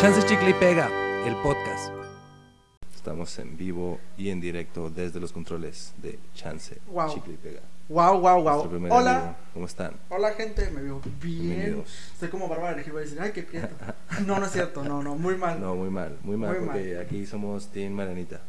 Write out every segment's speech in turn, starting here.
Chance Chicle y Pega, el podcast. Estamos en vivo y en directo desde los controles de Chance, Wow. Chicle y Pega. Wow, wow, Nuestro wow. primer Hola, amigo. ¿Cómo están? hola gente, me veo bien. Bienvenidos. Estoy como Bárbara de Regil, voy a decir, ay, qué prieto. No, no es cierto, no, no, muy mal. No, muy mal, muy mal, Muy porque aquí somos Team Maranita.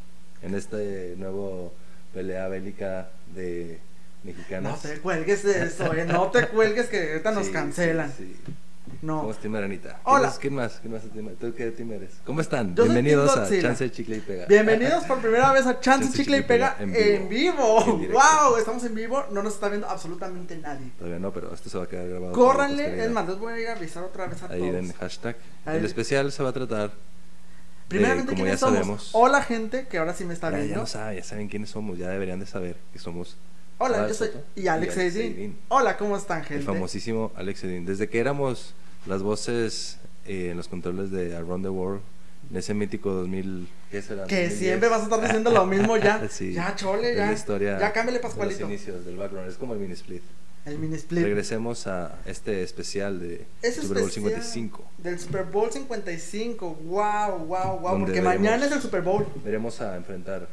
En este nuevo pelea bélica de No mexicanos. te cuelgues de eso, eh. No te cuelgues que ahorita nos Sí, cancelan. sí, sí. No. Somos Team Maranita. Hola. ¿Quién más? ¿Quién más? ¿Quién más? es Team- ¿Tú qué team eres? ¿Cómo están? Yo soy Bienvenidos Team a Godzilla. Chance Chicle y Pega. Bienvenidos por primera vez a Chance Chance, Chicle y Pega en vivo. En directo. wow, estamos en vivo, no nos está viendo absolutamente nadie. Todavía no, pero esto se va a quedar grabado. para la Córranle, posteridad. es más, les voy a ir a avisar otra vez a Ahí todos. den hashtag. Ahí- El especial se va a tratar Primeramente, como ¿quiénes ya somos? sabemos. Hola gente, que ahora sí me está Ya, ya viendo. lo saben, ya saben quiénes somos, ya deberían de saber que somos Hola, Adal yo soy Soto y Alex Edin. Hola, ¿cómo están el gente? famosísimo Alex Edin. Desde que éramos las voces eh, en los controles de Around the World, en ese mítico 2000, ¿qué será? Que 2010. siempre vas a estar diciendo lo mismo ya. Ah, Sí. Ya, chole, Es ya. la historia ya cámbiale, de Pascualito. los inicios del background, es como el mini split. El mini split. Regresemos a este especial de Ese Super Bowl especial 55. Del Super Bowl 55. Wow, wow, wow. Donde Porque veremos- mañana es el Super Bowl. Veremos a enfrentar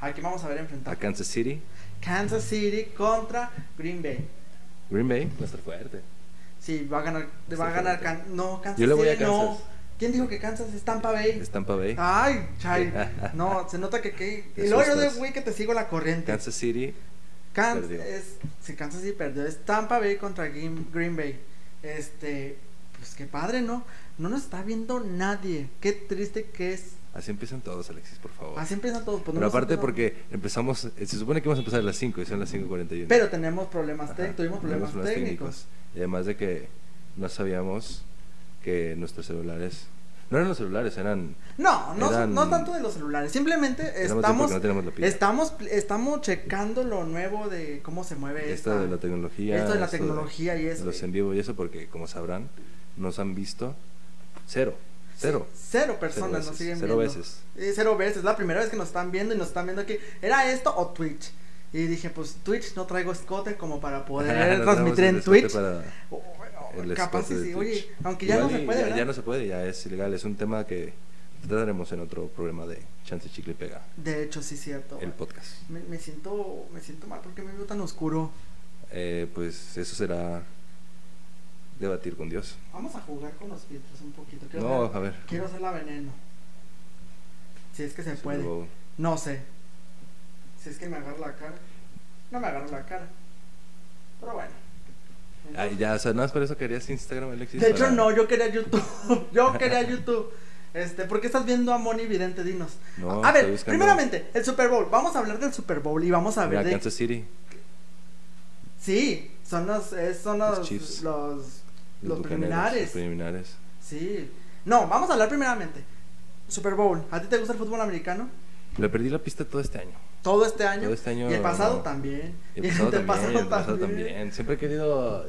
¿A quién vamos a ver enfrentar? a Kansas City, Kansas City contra Green Bay. Green Bay, nuestro fuerte. Sí, va a ganar. Va a ganar Can- no, Kansas Yo le voy a City, no. Kansas. ¿Quién dijo que Kansas es Tampa Bay? Es Tampa Bay. Ay, chay. No, se nota que. que... Te Y luego yo de asustas. güey que te sigo la corriente. Kansas City Kansas Perdió. es si Kansas City perdió es Tampa Bay contra Green, Green Bay este pues qué padre no no nos está viendo nadie qué triste que es Así empiezan todos, Alexis, por favor. así empiezan todos pues, no Oh. Pero nos aparte empiezan- porque empezamos, eh, se supone que íbamos a empezar a las 5 y son las 5.41. pero tenemos problemas Ajá, técnicos tuvimos problemas técnicos Y además de que no sabíamos que nuestros celulares, no eran los celulares, eran... no no Eran- no tanto de los celulares simplemente éramos de porque estamos no teníamos la pila. estamos estamos checando lo nuevo de cómo se mueve Esto esta- de la tecnología. esto de la tecnología y eso. Los en vivo y eso porque, como sabrán, nos han visto cero, cero. Cero personas veces, nos siguen cero viendo. veces. Eh, cero veces. La primera vez que nos están viendo y nos están viendo aquí. ¿Era esto o Twitch? Y dije, pues Twitch no traigo escote como para poder No transmitir en tenemos el Twitch. escote para- O- o- el capaz escote y de sí, Twitch. oye, aunque ya no Igual se y puede, ya- ¿verdad? Ya no se puede, ya es ilegal. Es un tema que trataremos en otro programa de Chance Chicle y Pega, De hecho, sí, cierto. el podcast. Me, me siento, me siento mal porque me veo tan oscuro. Eh, pues eso será debatir con Dios. Vamos a jugar con los filtros un poquito. Quiero, No, hacer, a ver. quiero hacer la veneno. Si es que se Super puede. Bowl. No sé. Si es que me agarra la cara. No me agarra la cara. Pero bueno. Ay, ya, o sea, nada más por eso querías Instagram, Alexis. De hecho, para- no, yo quería YouTube. Yo quería YouTube. Este, ¿por qué estás viendo a Moni Vidente? Dinos. No, a estoy ver, buscando- primeramente, el Super Bowl. Vamos a hablar del Super Bowl y vamos a Mira, ver de. Kansas City. Sí, son los, eh, son Los los, Chiefs. los, los, Los, Bucaneros, Los preliminares. preliminares. Sí. No, vamos a hablar primeramente. Super Bowl. ¿A ti te gusta el fútbol americano? Le perdí la pista todo este año. Todo este año. Todo este año, Y el pasado no. también. Y el pasado, antepasado también, y el pasado también. Siempre he querido.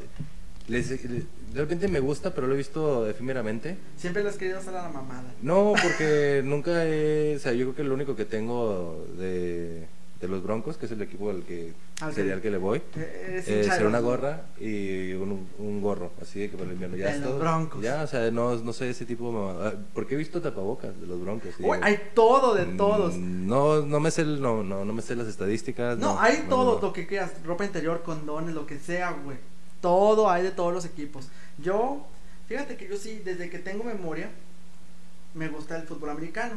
les- le- de repente me gusta, pero lo he visto efímeramente. Siempre le has querido hacer a la mamada. No, porque nunca he. O sea, yo creo que lo único que tengo de, de los Broncos, que es el equipo al que Al que- sería al que le voy, Eh, eh, hincha de será los- una gorra y un, un gorro, así de que para el invierno. Ya De es los todo. Broncos. Ya, o sea, no, no soy ese tipo de mamá. Porque he visto tapabocas de los Broncos. y Uy, digo, hay todo de mm, todos. No, no me sé, el- no, no, no me sé las estadísticas. No, hay no, todo, no. lo que quieras, ropa interior, condones, lo que sea, güey. Todo hay de todos los equipos. Yo, fíjate que yo sí, desde que tengo memoria, me gusta el fútbol americano.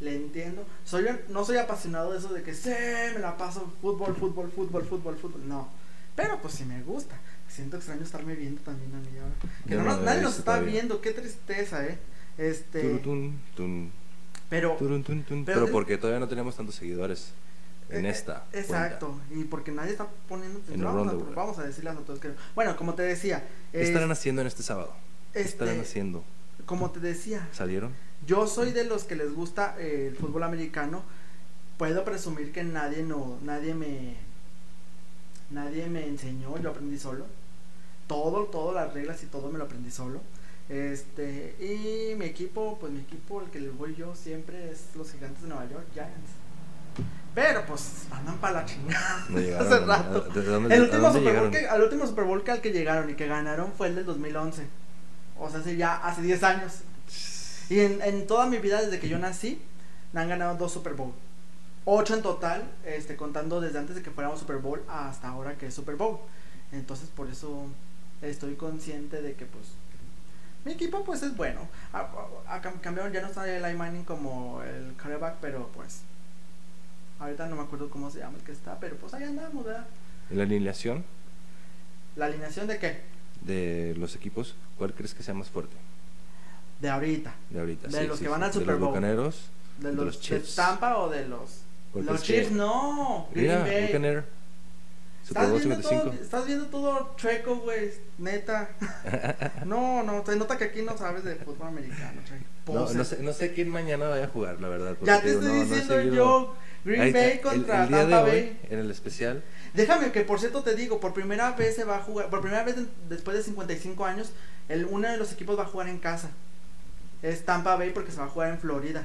Le entiendo. Soy, un- no soy apasionado de eso de que se me la paso fútbol, fútbol, fútbol, fútbol, fútbol. No. Pero pues sí me gusta. Siento extraño estarme viendo también a mí ahora. Que Yo no no nos- lo he nadie visto nos está todavía. viendo, qué tristeza, eh. Este. Turutun, tun, Pero. turun, tun, tun. Pero- Pero, porque todavía no tenemos tantos seguidores en Eh, esta. eh, Exacto, cuenta. y porque nadie está poniendo atención, En el vamos, rondo, a, güey. vamos a decirle a las otras que... Bueno, como te decía, ¿Qué es- estarán haciendo en este sábado? ¿Qué este, estarán haciendo? como te decía, ¿Salieron? yo soy de los que les gusta eh, el fútbol americano, puedo presumir que nadie no, nadie me, nadie me enseñó, yo aprendí solo, todo, todas las reglas y todo me lo aprendí solo, este, y mi equipo, pues mi equipo, el que le voy yo siempre es los gigantes de Nueva York, Giants, pero pues andan para la chingada, No llegaron, hace ¿no? rato. ¿A- de dónde- El a último, dónde Super llegaron? Bowl que, al último Super Bowl que al que llegaron y que ganaron fue el del 2011. O sea, hace ya hace 10 años. Y en, en toda mi vida, desde que yo nací, han ganado dos Super Bowl. Ocho en total, este, contando desde antes de que fuéramos Super Bowl hasta ahora que es Super Bowl. Entonces, por eso estoy consciente de que, pues, mi equipo, pues, es bueno. A, a- a- cam- cambiaron, ya no está Eli Manning como el quarterback, pero, pues, ahorita no me acuerdo cómo se llama el que está, pero, pues, ahí andamos, ¿verdad? En la alineación ¿La alineación de qué? de los equipos, ¿cuál crees que sea más fuerte De ahorita. de ahorita? De los que van al de Super los Bowl. Bucaneros, ¿De De los, los de Chiefs. Tampa o de los...? Porque los es que- Chiefs, no. Green Mira, Bay. Bucaneros. Super ¿Estás Bowl viendo, todo, 55. estás viendo todo chueco, güey, neta. No, no, se nota que aquí no sabes de fútbol americano, Chuy. No, Pose. no sé, no sé quién mañana vaya a jugar, la verdad. porque ya te digo, estoy no- no he diciendo seguido- yo, Green Ahí Bay está, el- contra el, día Tampa de hoy, Bay. en el especial, Déjame que, por cierto, te digo, por primera vez se va a jugar, por primera vez en- después de 55 años, el, uno de los equipos va a jugar en casa. Es Tampa Bay porque se va a jugar en Florida,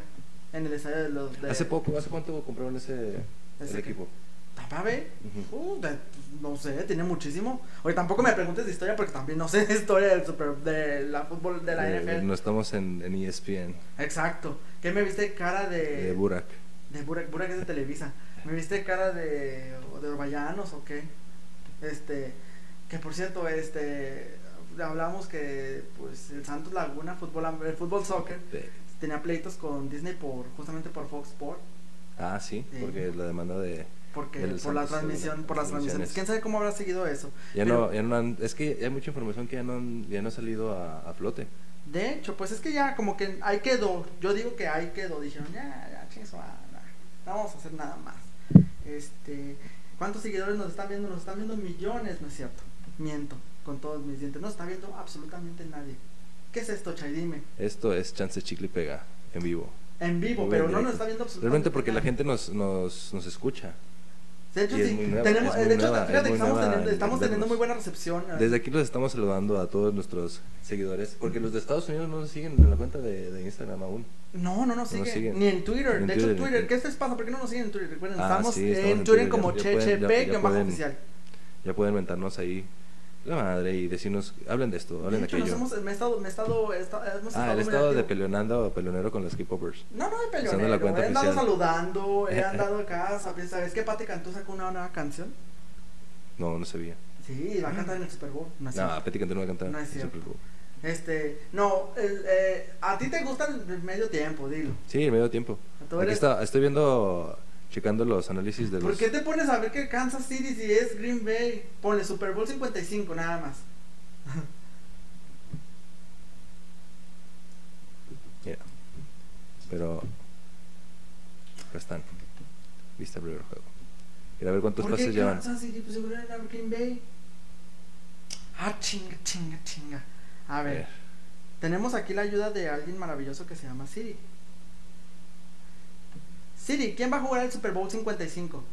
en el estadio de los... De, hace poco, ¿hace cuánto compraron ese, Ese el que- equipo? Tampa Bay. Ujú. Uh, de- no sé, tiene muchísimo. Oye, tampoco me preguntes de historia porque también no sé de historia del super, de la fútbol de la Eh, NFL. No estamos en, E en ESPN, Exacto. ¿Qué me viste cara de de Burak. de Burak, Burak es de Televisa. ¿Me viste cara de o de Orbayanos o qué? Este, que por cierto, este hablamos que pues el Santos Laguna fútbol am- el fútbol soccer De- tenía pleitos con Disney por justamente por Fox Sport Ah, sí, Sí. porque la demanda de... porque El por la Santos Laguna, transmisión por transmisiones. las transmisiones quién sabe cómo habrá seguido eso Ya Pero- no, ya no han- es que ya hay mucha información que ya no, han- ya no ha salido a, a flote. De hecho, pues es que ya como que ahí quedó. Yo digo que ahí quedó. Dijeron, ya, ya, chingue su madre, No vamos a hacer nada más. Este, ¿cuántos seguidores nos están viendo? Nos están viendo millones, ¿no es cierto? Miento, con todos mis dientes. No está viendo absolutamente nadie. ¿Qué es esto, Chay? Dime. Esto es Chance Chicle y Pega, en vivo. En vivo, Muy pero bien, no nos directo. está viendo absolutamente Realmente porque la nadie. gente nos, nos, nos escucha. De hecho, y es sí, muy nueva, tenemos, es muy de hecho, nueva, fíjate es que muy estamos, nueva teniendo, en estamos teniendo vernos. muy buena recepción. eh. Desde aquí los estamos saludando a todos nuestros seguidores, porque los de Estados Unidos no nos siguen en la cuenta de, de Instagram aún. No, no No nos nos siguen. siguen. Ni en Twitter. Ni en de hecho, Twitter, ni- Twitter. ¿Qué les pasa? ¿Por qué no nos siguen en Twitter? Recuerden, Ah, estamos, sí, estamos en en Twitter Twitter, como ya- ya pueden- ya- ya pueden- chechepe-oficial. Ya pueden mentarnos ahí la madre y decirnos, hablen de esto, hablen De de hecho, nos aquello. hemos, me he estado, me he estado, he esta- hemos Ah, estado el muy estado de activo. peleonando o peleonero con los K-popers. No, no de Usando la peleonero, cuenta he andado oficial. saludando, he andado acá, ¿sabes? ¿Sabes que Pati Cantú sacó una nueva canción? No, no sabía. Sí, va a cantar en el Super Bowl, no es Mm. No, cierto. Petty Cantú no va a cantar. ¿Ah, No es cierto. Super Bowl. Este, no, el, eh, a ti te gusta el medio tiempo, dilo. Sí, el medio tiempo. Tú Aquí eres- está, estoy viendo, checando los análisis de los... ¿Por qué te pones a ver que Kansas City si es Green Bay? Ponle Super Bowl 55 nada más. Mira. Pero. Acá están. Vista primer juego. Mira a ver cuántos ¿Por qué pases llevan. Kansas City? Pues seguro era Green Bay. Ah, chinga, chinga, chinga. A ver. Tenemos aquí la ayuda de alguien maravilloso que se llama Siri. Siri, ¿quién va a jugar el Super Bowl 55?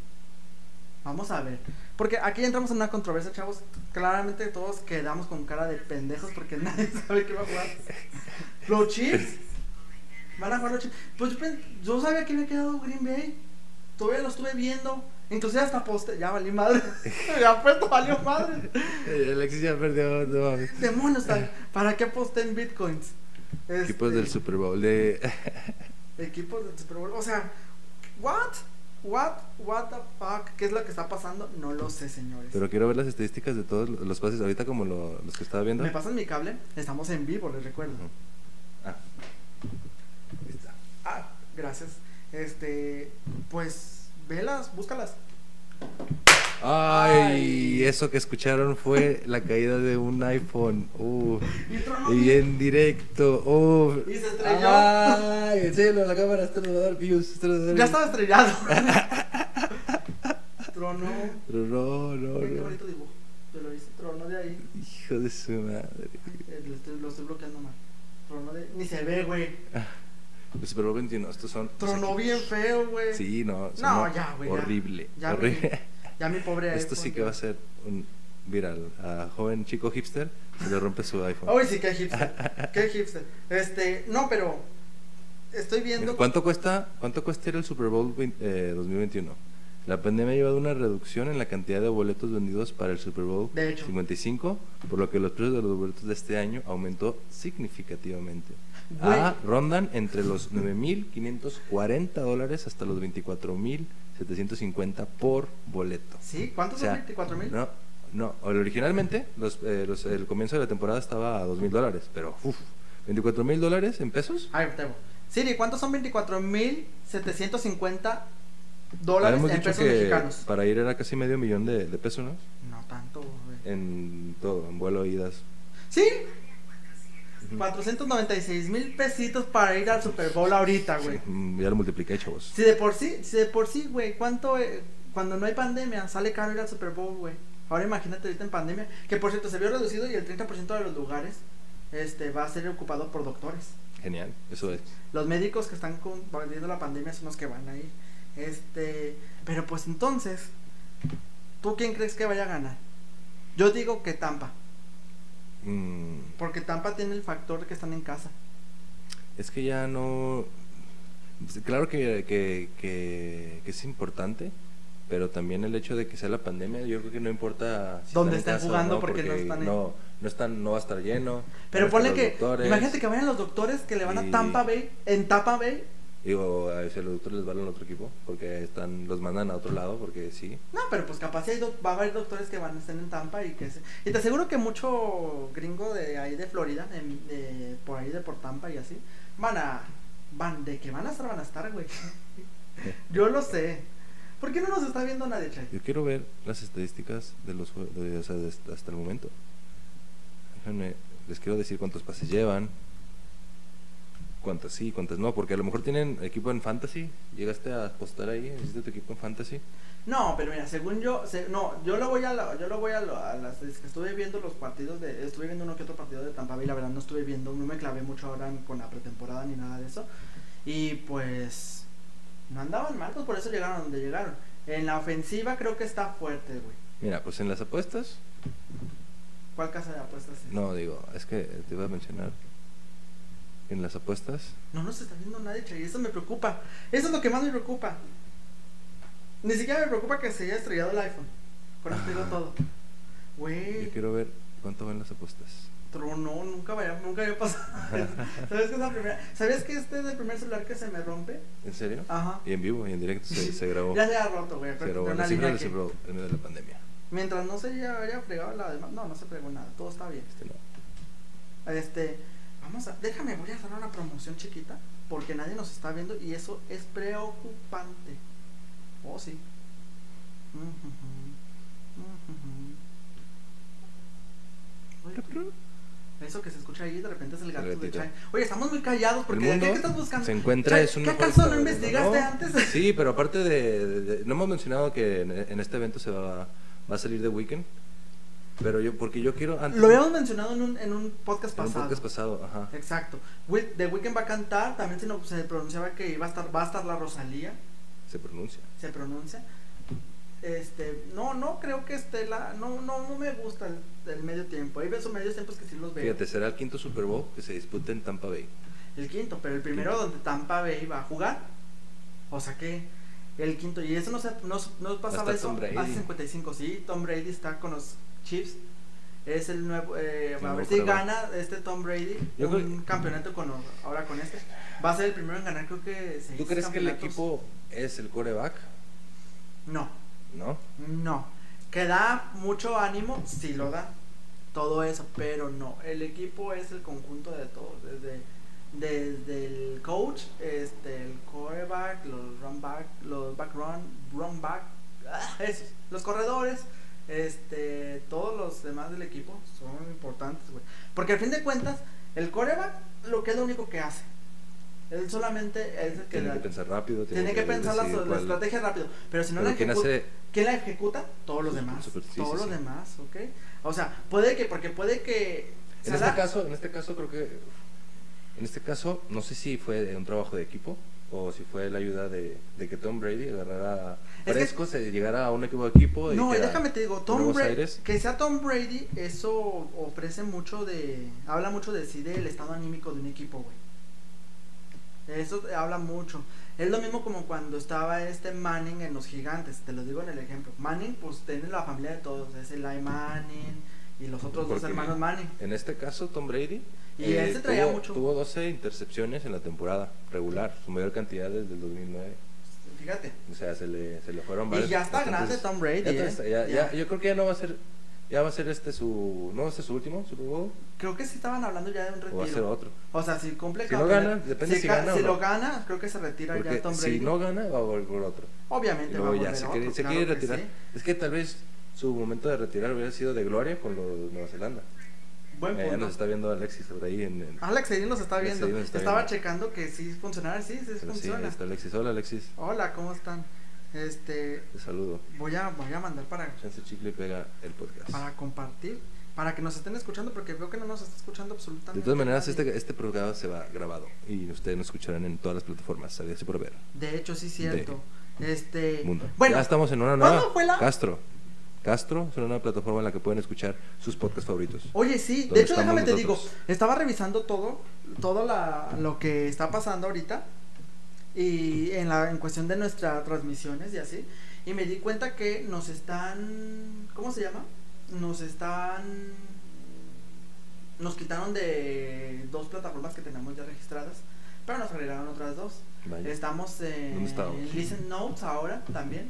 Vamos a ver. Porque aquí entramos en una controversia, chavos. Claramente todos quedamos con cara de pendejos porque nadie sabe quién va a jugar. ¿Los Chiefs? ¿Van a jugar los Chiefs? Pues yo, pen- yo sabía que había quedado Green Bay. Todavía lo estuve viendo. Inclusive hasta poste. Ya valí madre. ya pues valió madre. Eh, Alexis ya perdió. No, mames. Demonios, tal. ¿para qué aposté en bitcoins? Equipos Este, del Super Bowl. De... Equipos del Super Bowl. O sea, ¿what? ¿What? ¿What the fuck? ¿Qué es lo que está pasando? No lo sé, señores. Pero quiero ver las estadísticas de todos los pases. Ahorita, como lo- los que estaba viendo. ¿Me pasan mi cable? Estamos en vivo, les recuerdo. Ujú. Ah. Ahí está. Ah, gracias. Este, pues, velas, búscalas. Ah. Ay, eso que escucharon fue la caída de un iPhone. Uh, Y tronó. y Ah, en directo. Uh. Y se estrelló. Ay, el cielo, la cámara, esto nos va a dar views. esto nos va a dar Ya views. estaba estrellado. Tronó. Pero no, no, Qué no. bonito dibujo. Yo lo hice. Tronó de ahí. Hijo de su madre. Eh, Lo estoy, lo estoy bloqueando mal. Tronó de. Ni se ve, güey. Pues Ah, El Super Bowl 21, estos son. los Tronó equipos. bien feo, güey. Sí, no. No, sonó ya, güey, ya. Horrible. Ya, güey. horrible. Ya mi pobre Esto sí iPhone, que ya. va a ser un viral. A joven chico hipster se le rompe su iPhone. Ay, sí, qué hipster. qué hipster. Este, no, pero estoy Mira, viendo. ¿Cuánto cuesta, cuánto cuesta ir al Super Bowl vein- eh, 2021? La pandemia ha llevado una reducción en la cantidad de boletos vendidos para el Super Bowl De hecho. 55, por lo que los precios de los boletos de este año aumentó significativamente. Güey. Ah, rondan entre los 9.540 dólares hasta los 24.750 por boleto. ¿Sí? ¿Cuántos O sea, son 24 mil? No, no, originalmente los, eh, los- el comienzo de la temporada estaba a 2.000 dólares, pero uff, 24.000 dólares en pesos. A ver, Tebo. Siri, ¿cuántos son 24 mil 750 dólares Habíamos en dicho pesos que mexicanos? para ir era casi medio millón de, de pesos, ¿no? No tanto, güey. Eh. En todo, en vuelo, idas. Sí. Ujú. 496 mil pesitos para ir al Super Bowl ahorita, güey. Mm, Ya lo multipliqué, chavos. Si de por sí, si de por sí, güey, cuánto eh, cuando no hay pandemia sale caro ir al Super Bowl, güey. Ahora imagínate ahorita en pandemia, que por cierto se vio reducido y el 30% de los lugares este va a ser ocupado por doctores. Genial, eso es. Los médicos que están combatiendo la pandemia son los que van a ir. Este, pero pues entonces, ¿tú quién crees que vaya a ganar? Yo digo que Tampa, Mm, porque Tampa tiene el factor que están en casa. es que ya no... pues, Claro que, que, que- que es importante, pero también el hecho de que sea la pandemia, yo creo que no importa... Si Dónde están en estén casa o jugando, porque no están en- No, no están, no va a estar lleno. Pero no ponle están los que, doctores. imagínate que vayan los doctores que le van Y- a Tampa Bay, en Tampa Bay. Digo, a veces los doctores les valen a otro equipo, porque están los mandan a otro lado, porque sí. No, pero pues capaz sí hay doc- va a haber doctores que van a estar en Tampa y que se- Y te aseguro que mucho gringo de ahí de Florida, en- de- por ahí de por Tampa y así, van a... Van, de que van a estar, van a estar, güey. Yo lo sé. ¿Por qué no nos está viendo nadie, Chay? Yo quiero ver las estadísticas de los jue- de- o sea, de- hasta el momento. Déjenme, les quiero decir cuántos pases llevan, cuántas sí, cuántas no, porque a lo mejor tienen equipo en fantasy. Llegaste a apostar ahí, hiciste tu equipo en fantasy. No, pero mira, según yo, se- no, yo lo voy a, la- yo lo voy a, lo- a las es que estuve viendo los partidos de, estuve viendo uno que otro partido de Tampa Bay, la verdad no estuve viendo, no me clavé mucho ahora en- con la pretemporada ni nada de eso, y pues no andaban mal, pues por eso llegaron a donde llegaron. En la ofensiva creo que está fuerte, güey. Mira, pues en las apuestas, ¿Cuál casa de apuestas es? no digo, es que te iba a mencionar. En las apuestas, No nos está viendo nadie, Chay, eso me preocupa, eso es lo que más me preocupa. Ni siquiera me preocupa que se haya estrellado el iPhone, con eso te digo Ajá. todo. Güey. yo quiero ver cuánto van las apuestas. Tronó, nunca había, nunca había pasado. eso. ¿Sabes que es la primera? ¿Sabías que este es el primer celular que se me rompe? ¿En serio? Ajá. Y en vivo y en directo se, se grabó. Ah. Ya se ha roto, güey. Pero pero tenía bueno, una siempre línea lo celebró que- en medio de la pandemia. Mientras no se haya haya fregado la demás. No, no se fregó nada. Todo está bien. Este no. Este, vamos a. Déjame, voy a hacer una promoción chiquita. Porque nadie nos está viendo y eso es preocupante. Oh, sí. Ujujú. Ujujú. Uy, Eso que se escucha ahí de repente es el gato de gatito. Chay. Oye, estamos muy callados porque El ¿de qué mundo estás buscando? Se encuentra Chay, es un ¿Qué mejor acaso no estado, investigaste antes? Sí, pero aparte de, de- de- no hemos mencionado que en, en este evento se va, va a salir The Weeknd, pero yo porque yo quiero antes Lo habíamos mencionado en un, en un podcast en un pasado. podcast pasado, ajá. Exacto. Wi- The Weeknd va a cantar, también se, no- se pronunciaba que iba a estar, va a estar la Rosalía, Se pronuncia. se pronuncia. Este, no, no creo que esté la, no, no, no me gusta el, el medio tiempo. Hay esos medios tiempos que sí los veo. Fíjate, será el quinto Super Bowl que se disputa en Tampa Bay. El quinto, pero el primero Quinto. donde Tampa Bay va a jugar. O sea que el quinto. Y eso no, se, no, no pasaba Hasta eso Tom Brady. hace 55. Sí, Tom Brady está con los Chiefs. Es el nuevo. eh, a nuevo ver si quarterback. gana este Tom Brady Yo un creo- campeonato con los- ahora con este. Va a ser el primero en ganar, creo que. Seis ¿Tú crees que el campeonatos. equipo es el coreback? No, ¿No? no. Que da mucho ánimo, sí lo da. Todo eso, pero no. El equipo es el conjunto de todo. Desde, desde el coach, este, el quarterback, los run back, los back run, run back, ah, esos, los corredores, este, todos los demás del equipo son importantes, güey. Porque al fin de cuentas, el quarterback lo que es lo único que hace. Él solamente es el que, Tiene la- que pensar rápido, tiene, tiene que pensar la, decidir la cuál- estrategia rápido. Pero si no pero la quién ejecu- hace ¿Quién la ejecuta? Todos los Super- demás. super- sí, todos sí, los sí. demás, ¿ok? O sea, puede que, porque puede que. En Salah- este caso, en este caso creo que en este caso no sé si fue un trabajo de equipo o si fue la ayuda de, de que Tom Brady agarrara Es que- fresco, se llegara a un equipo de equipo y No, y que era- déjame te digo, Tom Buenos Brady. Aires. Que sea Tom Brady, eso ofrece mucho de. Habla mucho de sí del estado anímico de un equipo, güey. Eso te habla mucho. Es lo mismo como cuando estaba este Manning en los gigantes, te lo digo en el ejemplo. Manning, pues tiene la familia de todos, es el I Manning y los otros dos Porque hermanos Manning. En este caso, Tom Brady. eh, Y él se traía tuvo, mucho. tuvo 12 intercepciones en la temporada regular, su mayor cantidad desde el 2009. Fíjate. O sea, se le, se le fueron Y varios- ya está bastantes- grande Tom Brady, Ya ¿eh? está- ya- ya- Ya. yo creo que ya no va a ser. Ya va a ser este su. No va a ser su último Super Bowl. Creo que sí estaban hablando ya de un O va a ser retiro. otro. O sea, si cumple Si no campeonato- gana, depende si ca- gana o Si no. lo gana, creo que se retira Porque ya Tom Brady. si no gana, va a volver otro. Y Obviamente va a luego ya volver se otro, quiere, se claro quiere que retirar. sí. Es que tal vez su momento de retirar hubiera sido de gloria con los de Nueva Zelanda. Buen Mira, ya nos punto. Ah, está viendo Alexis por ahí en. en- Alex Edin nos está Alex viendo. Edin nos está Estaba viendo. checando que sí funcionara, sí, sí pero sí, ahí funciona. está Alexis. Hola, Alexis. Hola, ¿cómo están? Este, Te saludo. voy a, voy a mandar para, Chance Chicle pega el podcast. para compartir, para que nos estén escuchando, porque veo que no nos está escuchando absolutamente. De todas maneras, nadie. este, este programa se va grabado y ustedes nos escucharán en todas las plataformas. Sabía por ver. De hecho, sí, cierto. Este, Mundo. bueno, ya estamos en una ¿cuándo nueva. fue la- Castro. Castro es una nueva plataforma en la que pueden escuchar sus podcasts favoritos. Oye, sí, de ¿Dónde hecho estamos déjame te digo, nosotros? estaba revisando todo, todo la, lo que está pasando ahorita y en la en cuestión de nuestras transmisiones y así y me di cuenta que nos están ¿cómo se llama? Nos están nos quitaron de dos plataformas que tenemos ya registradas, pero nos agregaron otras dos. Vaya. Estamos en ¿Dónde estábamos? Listen Notes ahora también.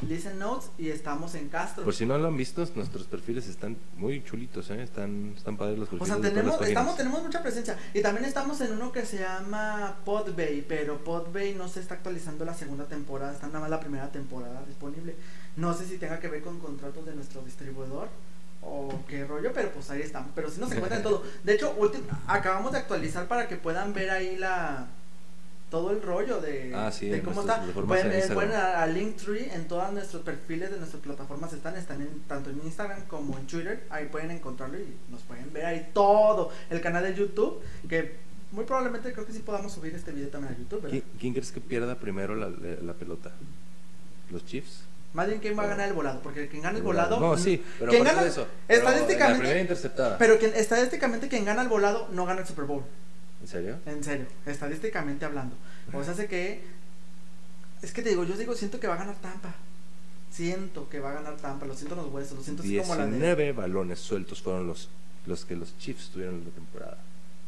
Listen Notes y estamos en Castro. Por si no lo han visto, nuestros perfiles están muy chulitos, ¿eh? están, están padres los O perfiles. sea, de todas las tenemos, páginas. estamos, tenemos mucha presencia. Y también estamos en uno que se llama Podbay, pero Podbay no se está actualizando la segunda temporada, está nada más la primera temporada disponible. No sé si tenga que ver con contratos de nuestro distribuidor o qué rollo, pero pues ahí estamos. Pero sí nos encuentran todo. De hecho, ulti- acabamos de actualizar para que puedan ver ahí la todo el rollo de, Ah, sí, de en cómo nuestras está. plataformas Pueden, en ver- Instagram. pueden a, a Linktree en todos nuestros perfiles de nuestras plataformas están, están en, tanto en Instagram como en Twitter, ahí pueden encontrarlo y nos pueden ver ahí todo. El canal de YouTube, que muy probablemente creo que sí podamos subir este video también a YouTube, ¿verdad? ¿Qui- ¿Quién crees que pierda primero la, la- la pelota? ¿Los Chiefs? Más bien quién va a ganar el volado, porque quien gana el volado... mm, No, sí, pero quien aparte gana- de eso. pero Estadísticamente... La primera interceptada. Pero quien, estadísticamente quien gana el volado no gana el Super Bowl. ¿En serio? En serio, estadísticamente hablando. O sea, sé que. Es que te digo, yo digo, siento que va a ganar Tampa. Siento que va a ganar Tampa, lo siento en los huesos, lo siento así como pues, la de. 19 balones sueltos fueron los, los que los Chiefs tuvieron en la temporada.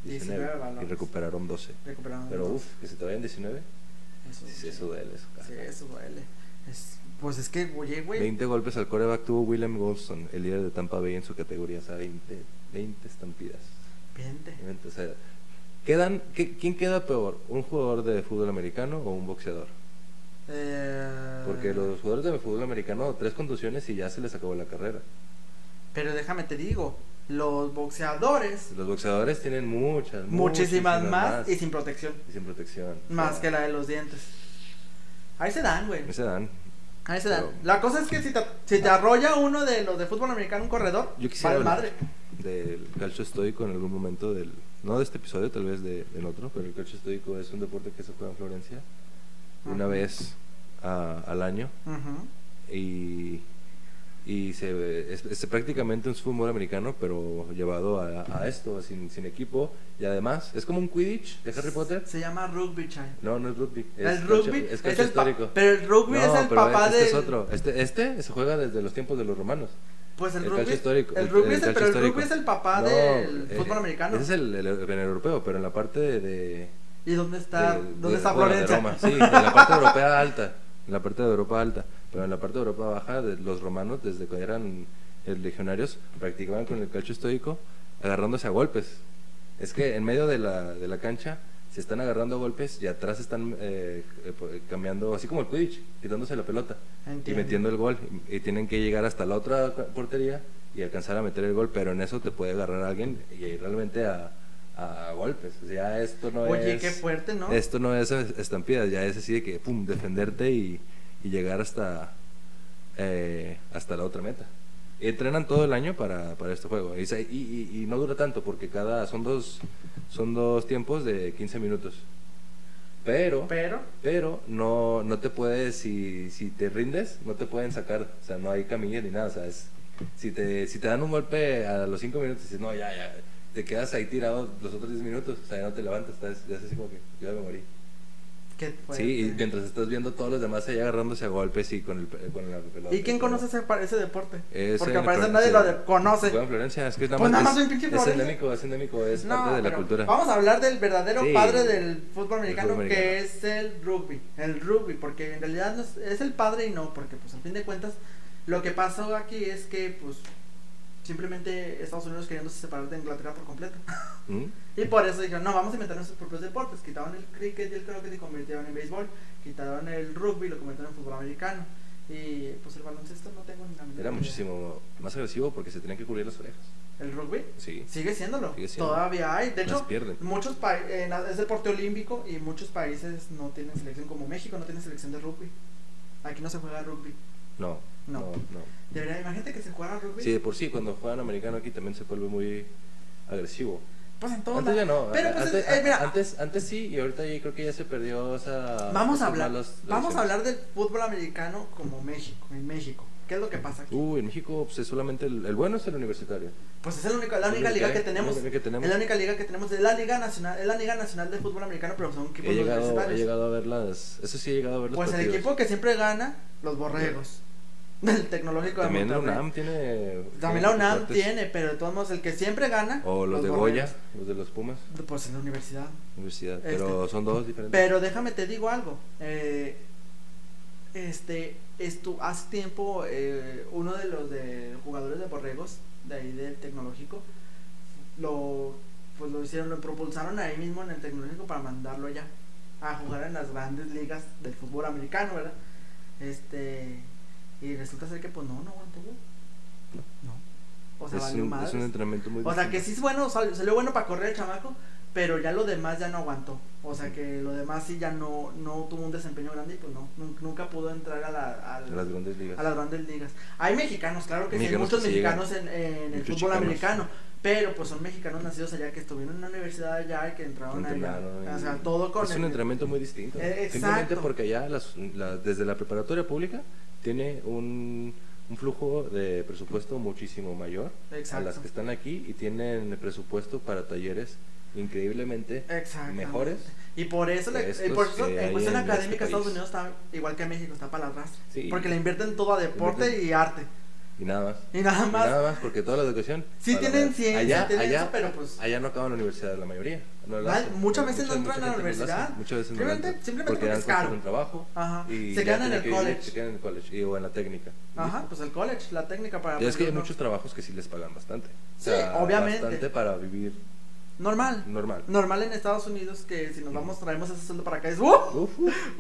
19 Y balones. recuperaron 12. Recuperando. Pero uff, que se te vayan 19. Eso, Sí, eso duele. Eso, Sí, caja. eso duele. Es- pues es que, oye, güey. 20 golpes al coreback tuvo William Golston, el líder de Tampa Bay en su categoría. O sea, 20, 20 estampidas. 20. O sea, quedan, ¿qué- ¿Quién queda peor? ¿Un jugador de fútbol americano o un boxeador? Eh, Porque los jugadores de fútbol americano, tres contusiones y ya se les acabó la carrera. Pero déjame te digo, los boxeadores, Los boxeadores tienen muchas, muchísimas más, y sin protección. y sin protección. Más que la de los dientes. Ahí se dan, güey. No se dan. Ahí se dan. Pero- La cosa es que si te, si te arrolla uno de los de fútbol americano, un corredor, Yo quisiera vale hablar madre. del calcio estoico en algún momento del no de este episodio, tal vez de, del otro, pero el calcio estoico es un deporte que se juega en Florencia una Ajá. vez a- al año Ujú. y y se ve- es, es prácticamente un fútbol americano pero llevado a, a esto sin, sin equipo y además es como un quidditch de Harry Potter. Se llama rugby, chai. No, no es rugby. es El calcio- rugby es, calcio el pa- estoico. Pero el rugby No, es el pero papá este de. es otro. Este, este se juega desde los tiempos de los romanos. Pues el, El rugby. calcio histórico. El rugby el es el, calcio pero el histórico. rugby es el papá No, del eh, fútbol americano. Ese es el, el- el europeo, pero en la parte de. de- ¿Y dónde está, de- dónde de- está bueno, de Florencia? Roma, sí, en la parte europea alta. En la parte de Europa alta. Pero en la parte de Europa baja, de- los romanos, desde que eran eh, legionarios, practicaban con el calcio estoico, agarrándose a golpes. Es que en medio de la, de la cancha se están agarrando a golpes y atrás están eh, eh, po- eh, cambiando, así como el Quidditch, quitándose la pelota y Entiendo. metiendo el gol. Y tienen que llegar hasta la otra ca- portería y alcanzar a meter el gol, pero en eso te puede agarrar alguien y ir realmente a, a golpes. O sea, esto no Oye, es. qué fuerte, ¿no? Esto no es estampida, ya es así de que, pum, defenderte y, y llegar hasta, eh, hasta la otra meta. Entrenan todo el año para, para este juego. Y, se- y- y- y no dura tanto porque cada son dos, son dos tiempos de 15 minutos. Pero, Pero. pero no, no te puedes, si, si te rindes, no te pueden sacar. O sea, no hay camilla ni nada. O sea, es- si, te, si te dan un golpe a los 5 minutos, dices, no, ya, ya, te quedas ahí tirado los otros 10 minutos. O sea, ya no te levantas, estás, ya es así como que yo ya me morí. Qué fuerte. Sí, y mientras estás viendo todos los demás ahí agarrándose a golpes y con, el, pe- con la pelota. ¿Y quién conoce ese, pa- ese deporte? Es Porque en al parecer nadie Florencia. lo de- conoce. Juega en Florencia, es que nada Pues más, nada más es, soy pinche es Florencia. endémico, es endémico, es No, parte de la pero cultura. Vamos a hablar del verdadero Sí. padre del fútbol El americano, fútbol que americano. es el rugby. El rugby, porque en realidad no es, es el padre y no, porque pues al fin de cuentas lo que pasó aquí es que pues simplemente Estados Unidos queriéndose separar de Inglaterra por completo. ¿Mm? Y por eso dijeron, no, vamos a inventar nuestros propios deportes. Quitaron el cricket y el croquet y convirtieron en béisbol. Quitaron el rugby y lo convirtieron en fútbol americano. Y pues el baloncesto no tengo ni la menor Era idea. muchísimo más agresivo porque se tenían que cubrir las orejas. ¿El rugby? Sí. Sigue siéndolo. Sigue siendo. Todavía hay. De Las hecho, pierden. muchos países. es deporte olímpico y muchos países no tienen selección. Como México no tiene selección de rugby. Aquí no se juega rugby. No, No. no, no. Debería, imagínate que se jugara rugby. Sí, de por sí, cuando juegan americano aquí también se vuelve muy agresivo. Pues en todo Antes ya no. Pero a- pues, antes, eh, mira, antes, antes sí, y ahorita ya creo que ya se perdió esa. vamos a esas hablar. malas Vamos tradiciones. a hablar del fútbol americano como México. En México. ¿Qué es lo que pasa aquí? Uh, en México pues, es solamente el, el bueno es el universitario. Pues es el único- la Es única lo liga hay, que es lo tenemos. único que tenemos. Es la única liga que tenemos. Es la liga nacional, es la liga nacional de fútbol americano, pero son equipos He llegado, he universitarios. llegado a ver las. Eso sí, he llegado a ver los pues el partidos. equipo que siempre gana, los borregos. Del tecnológico de También la Monterrey. UNAM tiene. También tiene la sus UNAM fuertes. tiene, pero de todos modos el que siempre gana. O los, de Goya, borregos. los de los Pumas, Pues en la universidad. universidad. Este. Pero son dos diferentes. Pero déjame te digo algo. eh, este, estu- hace tiempo eh, uno de los de jugadores de borregos de ahí del tecnológico lo pues lo hicieron, lo propulsaron ahí mismo en el tecnológico para mandarlo allá a jugar en las grandes ligas del fútbol americano, ¿verdad? Este y resulta ser que pues no, no aguantó. güey. No. O sea, es, valió un, es madres. un entrenamiento muy O sea, que distinto. sí es bueno, sal- salió bueno para correr el chamaco, pero ya lo demás ya no aguantó. O sea, que lo demás sí ya no, no tuvo un desempeño grande y pues no, nun- nunca pudo entrar a, la, a, En las grandes ligas. a las grandes ligas. Hay mexicanos, claro que Mexicanos sí, hay muchos que sí mexicanos en, en el Muchos fútbol chicanos. americano, pero pues son mexicanos nacidos allá, que estuvieron en la universidad allá y que entraron allá. Entrenaron O y- pues, sea, todo con es el- un entrenamiento muy distinto. Eh, Simplemente exacto. porque allá las- la- desde la preparatoria pública tiene un, un flujo de presupuesto muchísimo mayor Exacto. a las que están aquí y tienen presupuesto para talleres increíblemente Exactamente. mejores. Y por eso, la- Estos y por eso que en hay cuestión en este académica Estados país. Unidos está igual que México, está para la rastra. Sí. Porque le invierten todo a deporte Invierten- y arte. Y nada más. Y nada Y más. nada más porque toda la educación. Sí para tienen la- ciencia, allá, tienen allá, eso, pero pues- allá no acaban la universidad la mayoría. No la Ay, hacen. muchas veces no mucha entran a gente la no lo hace, universidad. Muchas veces no lo Simplemente- entran, simplemente porque dan es cuentas caro. con trabajo. Ajá. y ya Se quedan en tienen el que vivir, college. Se quedan en el college y, o en la técnica. Ajá, pues el college, la técnica para. Ya es que hay aprender, ¿no? muchos trabajos que sí les pagan bastante. O Sí, sea, obviamente. Bastante para vivir Normal. normal. Normal en Estados Unidos que si nos vamos traemos ese sueldo para acá es ¡uh! Uf,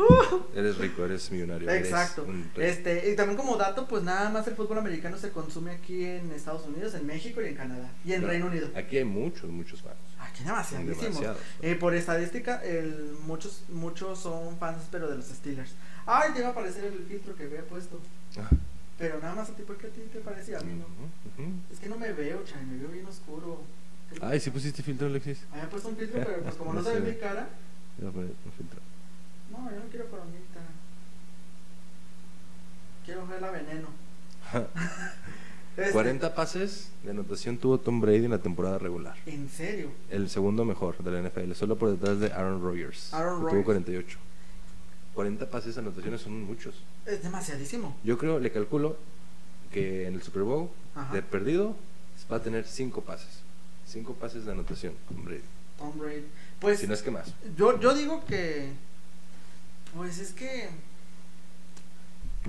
Eres rico, eres millonario. eres Exacto. un pues, rey. Este, y también como dato, pues nada más el fútbol americano se consume aquí en Estados Unidos, en México y en Canadá. Y en Pero Reino Unido. Aquí hay muchos, muchos fans. Aquí demasiadísimos. Demasiados. Eh, por estadística, el, muchos, muchos son fans, pero de los Steelers. Ay, te iba a aparecer el filtro que había puesto. Ah. Pero nada más a ti, ¿por qué a ti te parecía? A mí no. Ujú, ujú. Es que no me veo, Chay, me veo bien oscuro. Creo que- Ay, ¿sí pusiste filtro, Alexis? Había puesto un filtro, pero pues como no No se ve se ve. mi cara, Voy a poner un filtro. no, yo no quiero coronita. Quiero ver la veneno. Este, 40 pases de anotación tuvo Tom Brady en la temporada regular. ¿En serio? El segundo mejor de la NFL, solo por detrás de Aaron Rodgers. Aaron que Rodgers. Tuvo 48. 40 pases de anotaciones son muchos. Es demasiadísimo. Yo creo, le calculo que en el Super Bowl, Ajá. de perdido, va a tener 5 pases. 5 pases de anotación Tom Brady. Tom Brady. Pues Si no es que más. yo, yo digo que. Pues es que.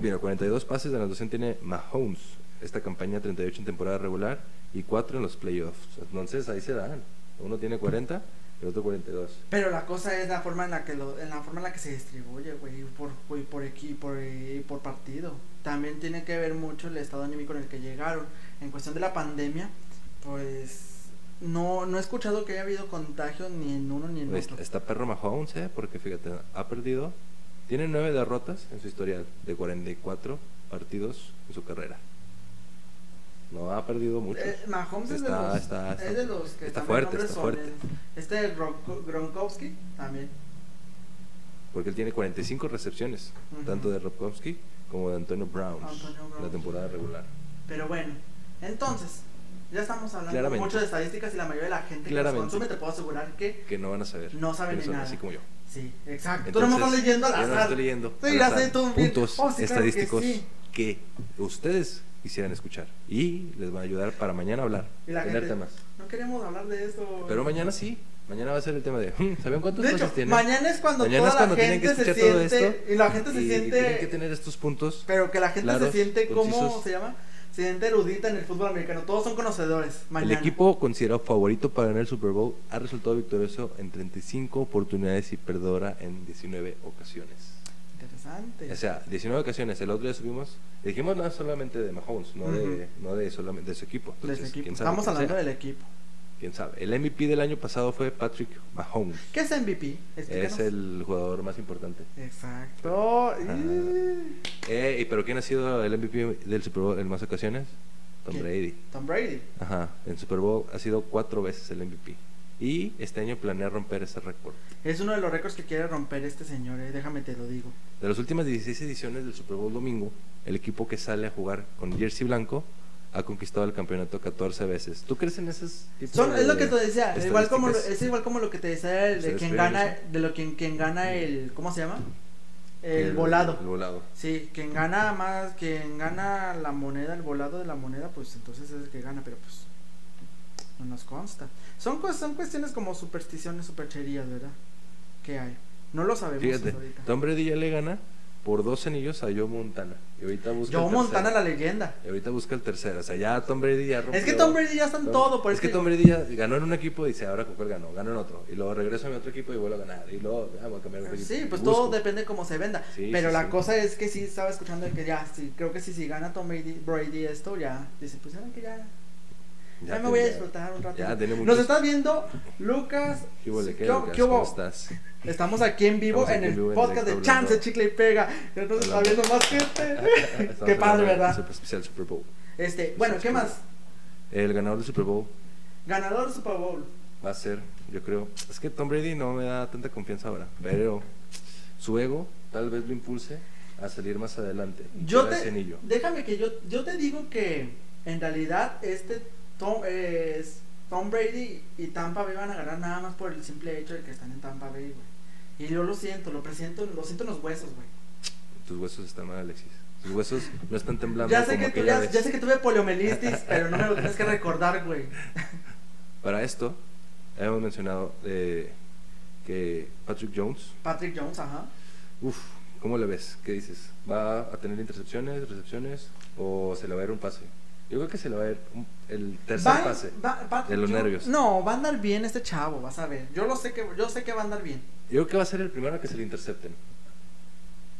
Mira, 42 pases de anotación tiene Mahomes. Esta campaña 38 en temporada regular y 4 en los playoffs. Entonces ahí se dan. Uno tiene 40, el otro 42. Pero la cosa es la forma en la que lo, en la forma en la que se distribuye, güey, por güey, por equipo por, eh, por partido. También tiene que ver mucho el estado anímico en el que llegaron. En cuestión de la pandemia, pues no no he escuchado que haya habido contagio ni en uno ni en Pues, otro. está perro Mahomes, ¿eh? Porque fíjate, ha perdido. Tiene 9 derrotas en su historial de 44 partidos en su carrera. No ha perdido muchos. Eh, Mahomes es, Está- de los, está- es de los que está también fuerte, nombres está son, fuerte. eh, Este Gronk- Gronkowski también. Porque él tiene 45 recepciones, Ujú. tanto de Robkowski como de Antonio Brown Antonio Brown. la temporada regular. Pero bueno, entonces, Ya estamos hablando Claramente. mucho de estadísticas y la mayoría de la gente que Claramente. los consume te puedo asegurar que que no van a saber. No saben que ni nada. Así como yo. sí, exacto. tú Entonces, no estás leyendo al yo no azar. estoy leyendo. Tú al dirás, azar. eh, tú bien. puntos Oh, sí, claro que estadísticos sí. que, ustedes quisieran escuchar y les van a ayudar para mañana hablar, Y la tener gente- temas. No queremos hablar de eso. Pero mañana sí, mañana va a ser el tema de, "Hmm, ¿saben cuántos de pases hecho, tienen? mañana es cuando Mañana toda es cuando la tienen que gente se escuchar siente todo esto y la gente se y- y siente tienen que tener estos puntos. Pero que la gente se claros, siente como, concisos. ¿se llama? Se siente erudita en el fútbol americano. Todos son conocedores. Mañana. El equipo considerado favorito para ganar el Super Bowl ha resultado victorioso en 35 oportunidades y perdedora en 19 ocasiones. Interesante. O sea, 19 ocasiones. El otro día subimos, dijimos nada solamente de Mahomes, no, Ujú. de, no de solamente de su equipo. Del Entonces, equipo. Pues, quién sabe Estamos quién hablando sea. del equipo. Quién sabe. El MVP del año pasado fue Patrick Mahomes. ¿Qué es MVP? Explícanos. Es el jugador más importante. Exacto. Y- Eh, ¿y pero quién ha sido el MVP del Super Bowl en más ocasiones? Tom ¿Quién? Brady. Tom Brady. Ajá. En Super Bowl ha sido cuatro veces el MVP. Y este año planea romper ese récord. Es uno de los récords que quiere romper este señor, eh, déjame te lo digo. De las últimas 16 ediciones del Super Bowl domingo, el equipo que sale a jugar con jersey blanco ha conquistado el campeonato 14 veces. ¿Tú crees en esas tipos Son- de es lo que te decía, estadísticas? igual como, lo- es igual como lo que te decía el de Ustedes quien creen gana, eso. de lo quien, quien gana el, ¿cómo se llama? El volado. El volado. Sí, quien gana más, quien gana la moneda, el volado de la moneda, pues entonces es el que gana, pero pues no nos consta. Son, cues- son cuestiones como supersticiones, supercherías, ¿verdad? Que hay. No lo sabemos Fíjate, hasta ahorita. Tom Brady ya le gana por dos anillos a Joe Montana. Y ahorita busca el Joe tercero. Montana, la leyenda. Y ahorita busca el tercero. O sea, ya Tom Brady ya rompió. Es que Tom Brady ya está en Tom- todo, por es eso que Tom Brady ya ganó en un equipo y dice, ahora con cuál ganó, ganó en otro. Y luego regreso a mi otro equipo y vuelvo a ganar. Y luego ah, voy a cambiar de otro equipo. Sí, Y pues busco. todo depende cómo se venda. Sí, pero sí, la sí. cosa es que sí estaba escuchando de que ya, sí, creo que sí, si gana Tom Brady, Brady esto, ya, dice, pues saben que ya, ya, me te- voy a disfrutar un rato. Ya tenemos Nos estás viendo, Lucas. ¿Qué hubo, le- qué, ¿Qué- Lucas? qué hubo? ¿Cómo estás? Estamos aquí en vivo Estamos aquí en en el vivo, en podcast de directo, Chance, hablando. Chicle y Pega. Ya nos está Hablando. viendo más gente. Estamos Qué padre, hablando del ¿verdad? Super especial Super Bowl. Este, bueno, ¿qué más? El ganador del Super Bowl Ganador del Super Bowl. va a ser, yo creo. Es que Tom Brady no me da tanta confianza ahora, pero su ego tal vez lo impulse a salir más adelante. y Yo llevar te, ese anillo. déjame que yo, yo te digo que en realidad este Tom, eh, es- Tom Brady y Tampa Bay van a ganar nada más por el simple hecho de que están en Tampa Bay, güey. Y yo lo siento, lo presiento, lo siento en los huesos, güey. Tus huesos están mal, Alexis. Tus huesos no están temblando. Ya sé como que tú- aquella ya, vez. ya sé que tuve poliomielitis, pero no me lo tienes que recordar, güey. Para esto, hemos mencionado eh, que Patrick Jones, Patrick Jones, ajá. uff, ¿cómo le ves? ¿Qué dices? ¿Va a tener intercepciones, recepciones o se le va a ir un pase? Yo creo que se le va a ir un- el tercer Va- pase. va- va- de los yo- nervios. No, va a andar bien este chavo, vas a ver. Yo lo sé que, yo sé que va a andar bien. Yo creo que va a ser el primero que se le intercepten.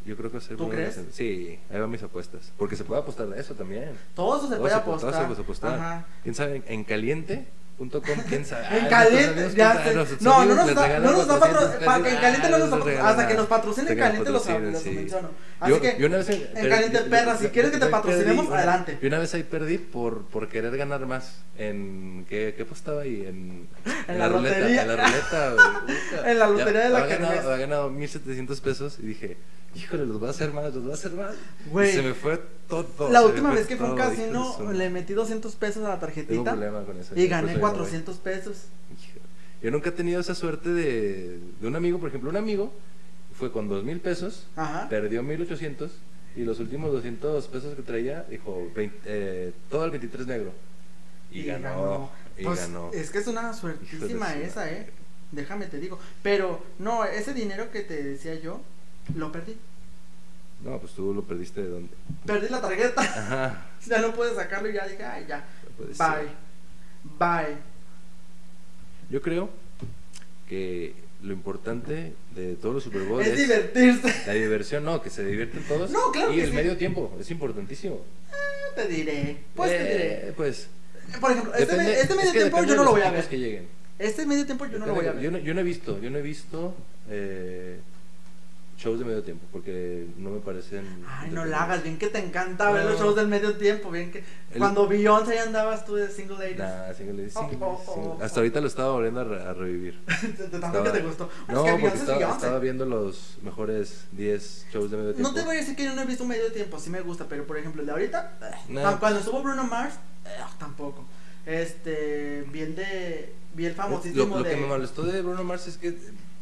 Yo creo que va a ser el ¿Tú primero que crees? se- Sí, ahí van mis apuestas. Porque se puede apostar a eso también. Todo eso se Todo puede todo apostar. se puede apostar. Ajá. ¿Quién sabe? En caliente.com, quién sabe. Ay, En nuestros caliente, amigos, ya ¿quién sabe? sé. Nuestros No, no amigos nos les da, regalan no nos da 400 patro- pa- que en pesos. caliente no Ay, nos les apro- regalan hasta que nada. nos patrocinen Hasta en que nos caliente los, patrocinen, los sí. menciono. Así Yo, que yo una vez en, Caliente yo- yo- Perra, si yo- quieres que te yo perdí patrocinemos, una- adelante. Yo una vez ahí perdí por, por querer ganar más. En, ¿Qué, qué apostaba ahí? En, En la ruleta, lotería. En la ruleta. güey. Puta. En la lotería de la había ganado- Kermés. había ganado 1.700 pesos y dije, híjole, los voy a hacer más, los voy a hacer más. Güey. Y se me fue todo. la se me última fue vez que fue a un todo, hijo de casino su- le metí 200 pesos a Tengo eh, la un tarjetita problema con eso. y Después gané me voy. 400 pesos. Hijo. Yo nunca he tenido esa suerte de, de un amigo, por ejemplo, un amigo fue con 2.000 pesos Ajá. perdió 1800 y los últimos 200 pesos que traía dijo vein- eh, todo el 23 negro y, ganó, y Pues, ganó Es que es una suertísima Hijo de su esa, madre. eh. Déjame te digo. Pero no, ese dinero que te decía yo, lo perdí. no pues tú lo perdiste de dónde Perdí la tarjeta. ajá ya no pude sacarlo y ya dije, ay, ya. no puede ser. Bye. Bye. yo creo que lo importante de todos los Super Bowls es divertirse. la diversión no que se divierten todos No, claro y que el sí. medio tiempo es importantísimo Yo te diré. Pues te Eh, diré. pues Por ejemplo, este, depende- me- este es medio que tiempo depende yo de no lo los voy a equipos ver. que lleguen Este medio tiempo yo no lo voy a ver. Yo no, yo no he visto, yo no he visto eh, shows de medio tiempo porque no me parecen. Ay, no la hagas, bien que te encanta ver No. los shows del medio tiempo, bien que El- cuando Beyoncé ya andabas tú de single ladies. Nah, single ladies, Oh, single oh, ladies, single- oh, oh. Hasta ahorita lo estaba volviendo a, re- a revivir. De tanto Estaba- que te gustó. No, es que porque Beyoncé es estaba, Beyoncé. estaba viendo los mejores 10 shows de medio tiempo. No te voy a decir que yo no he visto un medio tiempo, sí me gusta, pero por ejemplo, el de ahorita, eh, No. tan- cuando estuvo Bruno Mars, eh, ah, tampoco. Este, bien de, vi el Lo, famosísimo lo que de- me molestó de Bruno Mars es que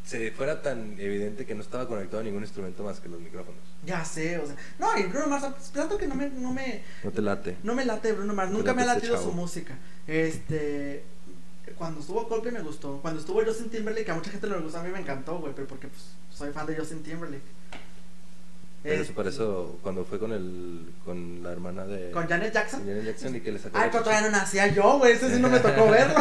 se fuera tan evidente que no estaba conectado a ningún instrumento más que los micrófonos. Ya sé, o sea, no, y Bruno Mars, pues, tanto que no me, no me, No te late. no me late Bruno Mars, No te nunca me ha late este latido su chavo. música. Este, cuando estuvo Coldplay me gustó, cuando estuvo Justin Timberlake, que a mucha gente no le gustó, a mí me encantó, güey, pero porque pues, soy fan de Justin Timberlake. Pero Este, eso, para eso, cuando fue con el con la hermana de Con Janet Jackson. Janet Jackson y que le sacó. Ay, la chichi. pero todavía no nacía yo, güey, ese sí no me tocó verlo.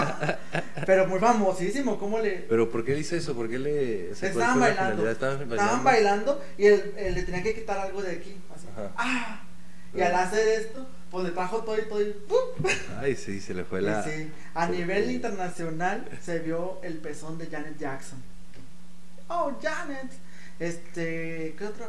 Pero muy famosísimo, ¿cómo le...? Pero ¿por qué le hizo eso? ¿Por qué le se Estaban bailando, Estaban bailando. Estaban bailando y él, él le tenía que quitar algo de aquí, así. Ajá. ¡Ah! Y al hacer esto, pues le trajo todo y todo y ¡pum! Ay, sí, se le fue Y la. sí, a nivel internacional se vio el pezón de Janet Jackson. Oh, Janet. Este, ¿qué otro?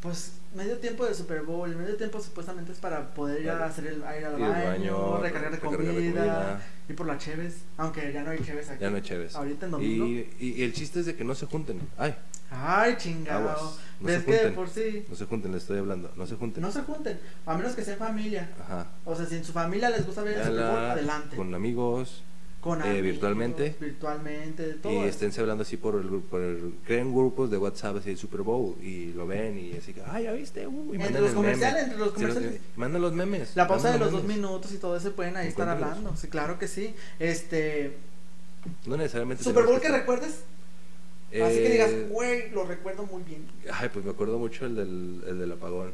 Pues medio tiempo de Super Bowl, el medio tiempo supuestamente es para poder ir a Claro. hacer el, a ir al ir al baño, recargar, de comida, de ir por las cheves, aunque ya no hay cheves aquí. Ya no hay chéves. Ahorita en domingo. Y, y, y el chiste es de que no se junten. Ay, Ay, chingado. Aguas, no ¿Ves se que de junten. por sí no se junten, le estoy hablando. No se junten. no se junten, a menos que sea en familia. Ajá. O sea, si en su familia les gusta ver el Super Bowl, Véanla adelante. Con amigos. Con eh, virtualmente. Virtualmente, de todo. Y este, eso. esténse hablando así por el grupo. por el- Creen grupos de WhatsApp así de Super Bowl. Y lo ven y así que, ay, ya viste. Uh, y Entre mandan los el comerciales, meme. entre los Sí, comerciales. Mandan los memes. La pausa de mandan los dos memes. minutos y todo eso pueden ahí estar Encuéntrelos. hablando. Sí, claro que sí. Este. No necesariamente. Super Bowl tenemos que recuerdes. estar- Así que Eh, digas, güey, lo recuerdo muy bien. Ay, pues me acuerdo mucho el del, el del apagón.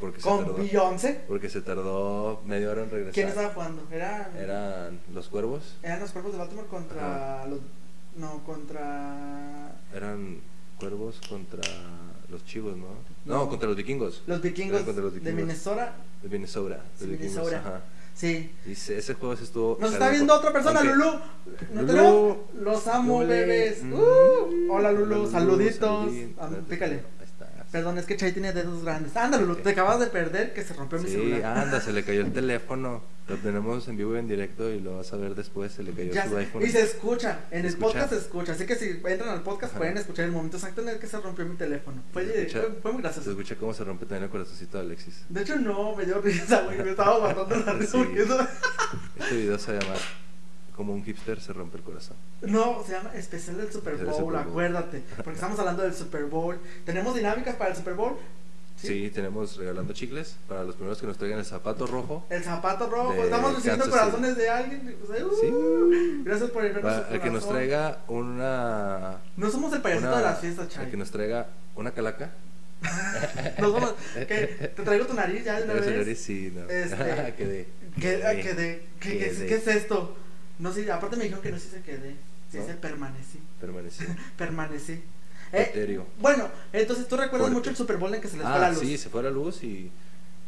Porque se Con tardó. Beyoncé. Porque se tardó media hora en regresar. ¿Quién estaba jugando? Eran, Eran los cuervos. eran los cuerpos de Baltimore contra los. No, contra. Eran cuervos contra los chivos, ¿no? No. No, contra los vikingos. Los vikingos, Eran contra los de vikingos. Minnesota. De Minnesota. Sí, Los vikingos, Minnesota. ajá. Sí. Y se- ese juego se estuvo. Nos está cardíaco. viendo otra persona, Aunque- Lulú. ¿No te Lulú. veo? Los amo, Lulú. bebés. Mm. Uh, hola, Lulú. Saluditos. saludín. Ah, Espérate, pícale. Ahí está. Perdón, es que Chay tiene dedos grandes. Anda, Lulú, te acabas de perder que se rompió mi Sí, celular. anda, se le cayó el teléfono. Lo tenemos en vivo y en directo y lo vas a ver después. Se le cayó Ya su sé. iPhone. y se escucha, Se en el escucha. podcast se escucha, así que si entran al podcast Ajá. pueden escuchar el momento exacto en el que se rompió mi teléfono. Fue, Se escucha- fue- fue muy Se gracioso. escucha cómo se rompe también el corazoncito de Alexis. De hecho no, me dio risa, güey, me estaba matando la risa Sí. porque eso- Este video se llama Como un hipster se rompe el corazón. No, se llama especial del Super Especial Bowl, del Super Bowl. acuérdate, porque estamos hablando del Super Bowl. Tenemos dinámicas para el Super Bowl. Sí, tenemos regalando chicles para los primeros que nos traigan el zapato rojo. El zapato rojo, De estamos recibiendo Kansas City. corazones de alguien. o sea, uh, Sí. Gracias por enviarnos Para- su el que nos corazón. traiga una. No somos el payasito una- de Pues, las fiestas, Chay. El que nos traiga una calaca. Nos vamos- que te traigo tu nariz ya de una Pero vez. señores, sí, no. Ah, Este, quedé. ¿Qué, qué de- qué- qué- Quedé. qué es esto? No sé, aparte me dijeron que no sé si se quedé. Si ¿No? se permanecí. Permanecí. Permanecí. Eh, Etéreo. bueno, entonces tú recuerdas Fuerte. mucho el Super Bowl en que se les fue la Ah, luz. sí, se fue la luz y.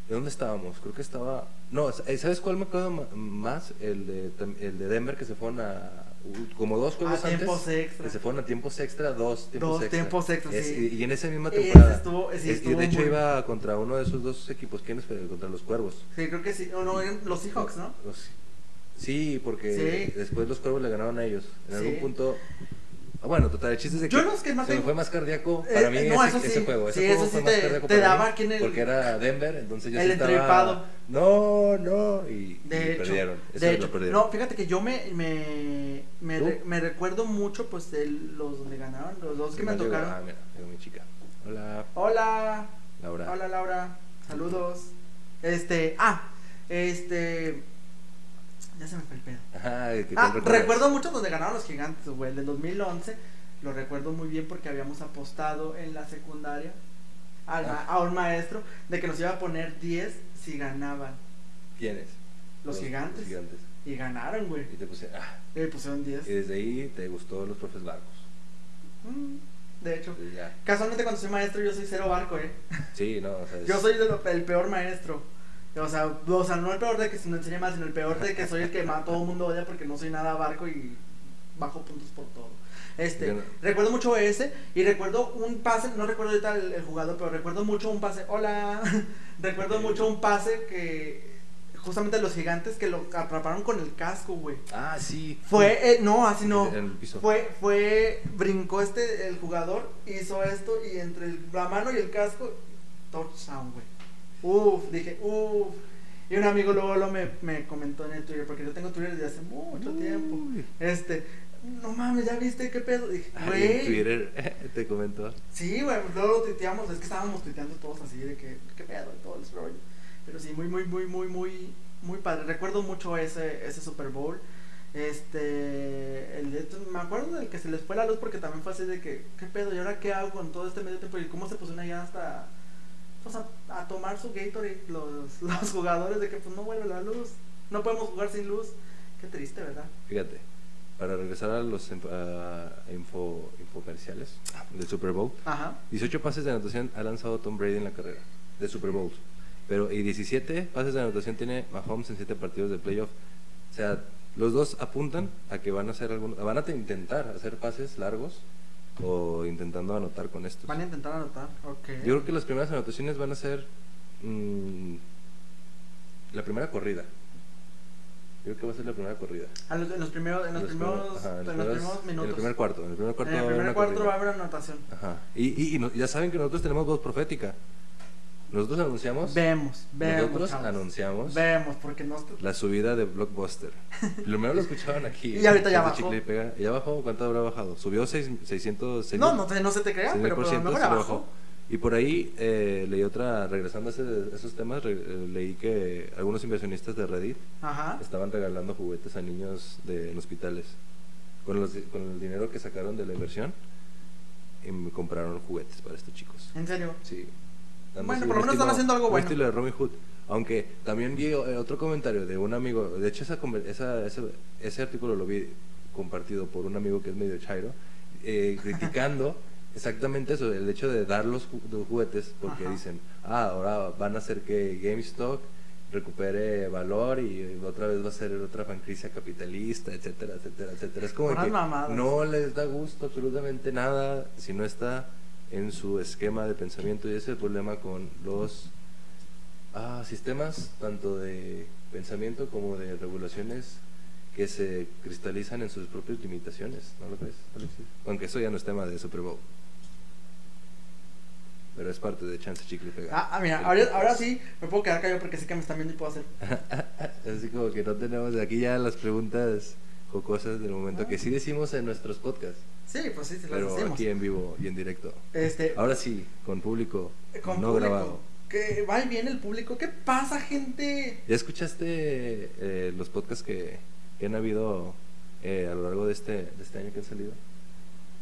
¿De dónde estábamos? Creo que estaba. No, eh, ¿sabes cuál me acuerdo ma- más? El de, tam- el de Denver que se fueron a. uh, Como dos a juegos antes. Ah, tiempos extra. Que se fueron a tiempos extra, dos tiempos Dos extra. tiempos extra, Es- sí. Y y en esa misma Ese temporada. estuvo- ese es- y estuvo de hecho muy- iba contra uno de esos dos equipos. ¿Quiénes fue? Contra los cuervos. Sí, creo que sí. O no, eran los Seahawks, ¿no? Los- Pues, sí, porque Sí. después los cuervos le ganaron a ellos. En Sí. algún punto. Ah, Bueno, total, el chiste es de que. Yo los que más se me tengo- fue más cardíaco Eh, para mí eh, no, ese, eso sí. ese juego. Ese Sí, juego eso fue sí más te- cardíaco te para daba mí, quién el- Porque era Denver, entonces yo El sí estaba, entripado. No, no. Y, y De hecho, perdieron. Eso de lo hecho. perdieron. no, fíjate que yo me me, me, ¿Tú? re- me recuerdo mucho pues de los donde ganaron, los dos que pues, me Igual llegó- tocaron. Ah, mira, llegó mi chica. Hola, Hola. Laura. Hola Laura, saludos. Este, ah, este. Ya se me fue el pedo. Ajá, ¿qué tal Ah, recuerdas? recuerdo mucho donde ganaron los gigantes, güey, el del 2011. Lo recuerdo muy bien porque habíamos apostado en la secundaria al ma- Ah. a un maestro de que nos iba a poner 10 si ganaban ¿Quién es? los, gigantes. Los gigantes. Y ganaron, güey. Y te puse, ah, Y me pusieron y 10. desde ahí te gustó los profes barcos. Mm, de hecho, Y ya. casualmente cuando soy maestro, yo soy cero barco, eh. Sí, no, o sea, es- Yo soy de lo- el peor maestro. O sea, o sea, no el peor de que se me enseña más, sino el peor de que soy el que más todo el mundo odia porque no soy nada barco y bajo puntos por todo. Este, Yo no. recuerdo mucho ese y recuerdo un pase, no recuerdo ahorita el, el jugador, pero recuerdo mucho un pase, hola, recuerdo mucho un pase que justamente los gigantes que lo atraparon con el casco, güey. Ah, sí. Fue, eh, no, así no. En el piso. Fue, fue, brincó este, el jugador, hizo esto y entre el- la mano y el casco, touchdown, güey. Uf, dije, uff. Y un amigo luego, luego me, me comentó en el Twitter, porque yo tengo Twitter desde hace mucho tiempo. Uy. Este, no mames, ya viste qué pedo. Dije, Ahí en güey. Twitter te comentó. Sí, güey, pues luego lo tuiteamos, es que estábamos tuiteando todos así de que, qué pedo y todo el rollo. Pero sí, muy, muy, muy, muy, muy, muy padre. Recuerdo mucho ese, ese Super Bowl. Este, el de- me acuerdo del que se les fue la luz porque también fue así de que, qué pedo, y ahora qué hago con todo este medio tiempo y cómo se pusieron allá hasta, pues a, a tomar su Gatorade los, los jugadores de que pues no vuelve la luz, no podemos jugar sin luz. Qué triste, ¿verdad? Fíjate, para regresar a los info- a info, infomerciales Ah. del Super Bowl, Ajá. 18 pases de anotación ha lanzado Tom Brady en la carrera de Super Bowls. Pero, y 17 pases de anotación tiene Mahomes en 7 partidos de playoff. O sea, los dos apuntan a que van a hacer algunos, van a te- intentar hacer pases largos o intentando anotar con estos. Van a intentar anotar, ok. Yo creo que las primeras anotaciones van a ser mm, la primera corrida. Yo creo que va a ser la primera corrida. A los- en los primeros, en los, primeros, ajá, en los primeros En minutos. el primer cuarto. En el primer cuarto, en el va a haber primer una cuarto corrida. va a haber anotación. Ajá. Y, y- y no- ya saben que nosotros tenemos voz profética. Nosotros anunciamos. Vemos, vemos. nosotros chavos. anunciamos Vemos, porque no. está- la subida de Blockbuster. Lo primero lo escuchaban aquí. Y ahorita ya desde bajó. Chicle y Pega. ¿Ya bajó? ¿Cuánto habrá bajado? Subió seis- 600. seis No, mil- no, te- no se te crea, seis mil pero por por lo ciento, mejor sí lo abajo. Y por ahí eh, leí otra, regresando a ese- a esos temas, re- eh, leí que algunos inversionistas de Reddit Ajá. estaban regalando juguetes a niños de, en hospitales. Con, los- con el dinero que sacaron de la inversión, y me compraron juguetes para estos chicos. En serio. Sí. Dando Bueno, así por lo un menos están haciendo algo un bueno. estilo de Robin Hood. Aunque también vi eh, otro comentario de un amigo. De hecho, esa, conver- esa- ese, ese artículo lo vi compartido por un amigo que es medio chairo, eh, criticando exactamente eso: el hecho de dar los, ju- los juguetes, porque Ajá. dicen, ah, ahora van a hacer que GameStop recupere valor y otra vez va a ser otra franquicia capitalista, etcétera, etcétera, etcétera. Es como Puras que mamadas. no les da gusto absolutamente nada si no está en su esquema de pensamiento y ese es el problema con los ah, sistemas tanto de pensamiento como de regulaciones que se cristalizan en sus propias limitaciones, ¿no lo crees, Alexis? Aunque eso ya no es tema de Super Bowl. Pero es parte de Chance Chicle y Pega. Ah, ah, mira, El ahora, podcast. ahora sí me puedo quedar callado porque sé que me están viendo y puedo hacer. Ah. Así como que no tenemos aquí ya las preguntas jocosas del momento Ah. que sí decimos en nuestros podcasts, Sí, pues sí, se las pero decimos. aquí en vivo y en directo. Este, Ahora sí, con público, Eh, con no público. grabado. Que va y viene el público. ¿Qué pasa, gente? ¿Ya escuchaste eh, los podcasts que, que han habido eh, a lo largo de este, de este año que han salido?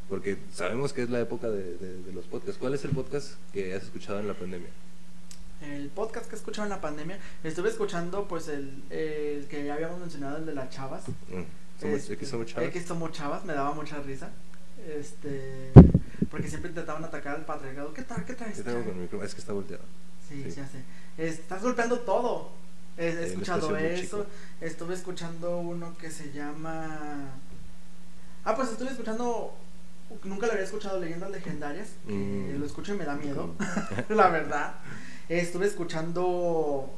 Porque sabemos que es la época de, de- de los podcasts. ¿Cuál es el podcast que has escuchado en la pandemia? El podcast que he escuchado en la pandemia, estuve escuchando pues el, el que ya habíamos mencionado, el de las chavas. Mm, somos- Este, aquí somos chavos. aquí somos chavas, me daba mucha risa. Este, porque siempre intentaban atacar al patriarcado. ¿Qué tal? ¿Qué traes? ¿Qué tengo con el micrófono? Es que está volteado. Sí, Sí. ya sé. Es- Estás golpeando todo. He, he El escuchado espacio es muy eso. chico. Estuve escuchando uno que se llama. Ah, pues estuve escuchando. Nunca lo había escuchado, Leyendas Legendarias. Que Mm. lo escucho y me da miedo. la verdad. Estuve escuchando.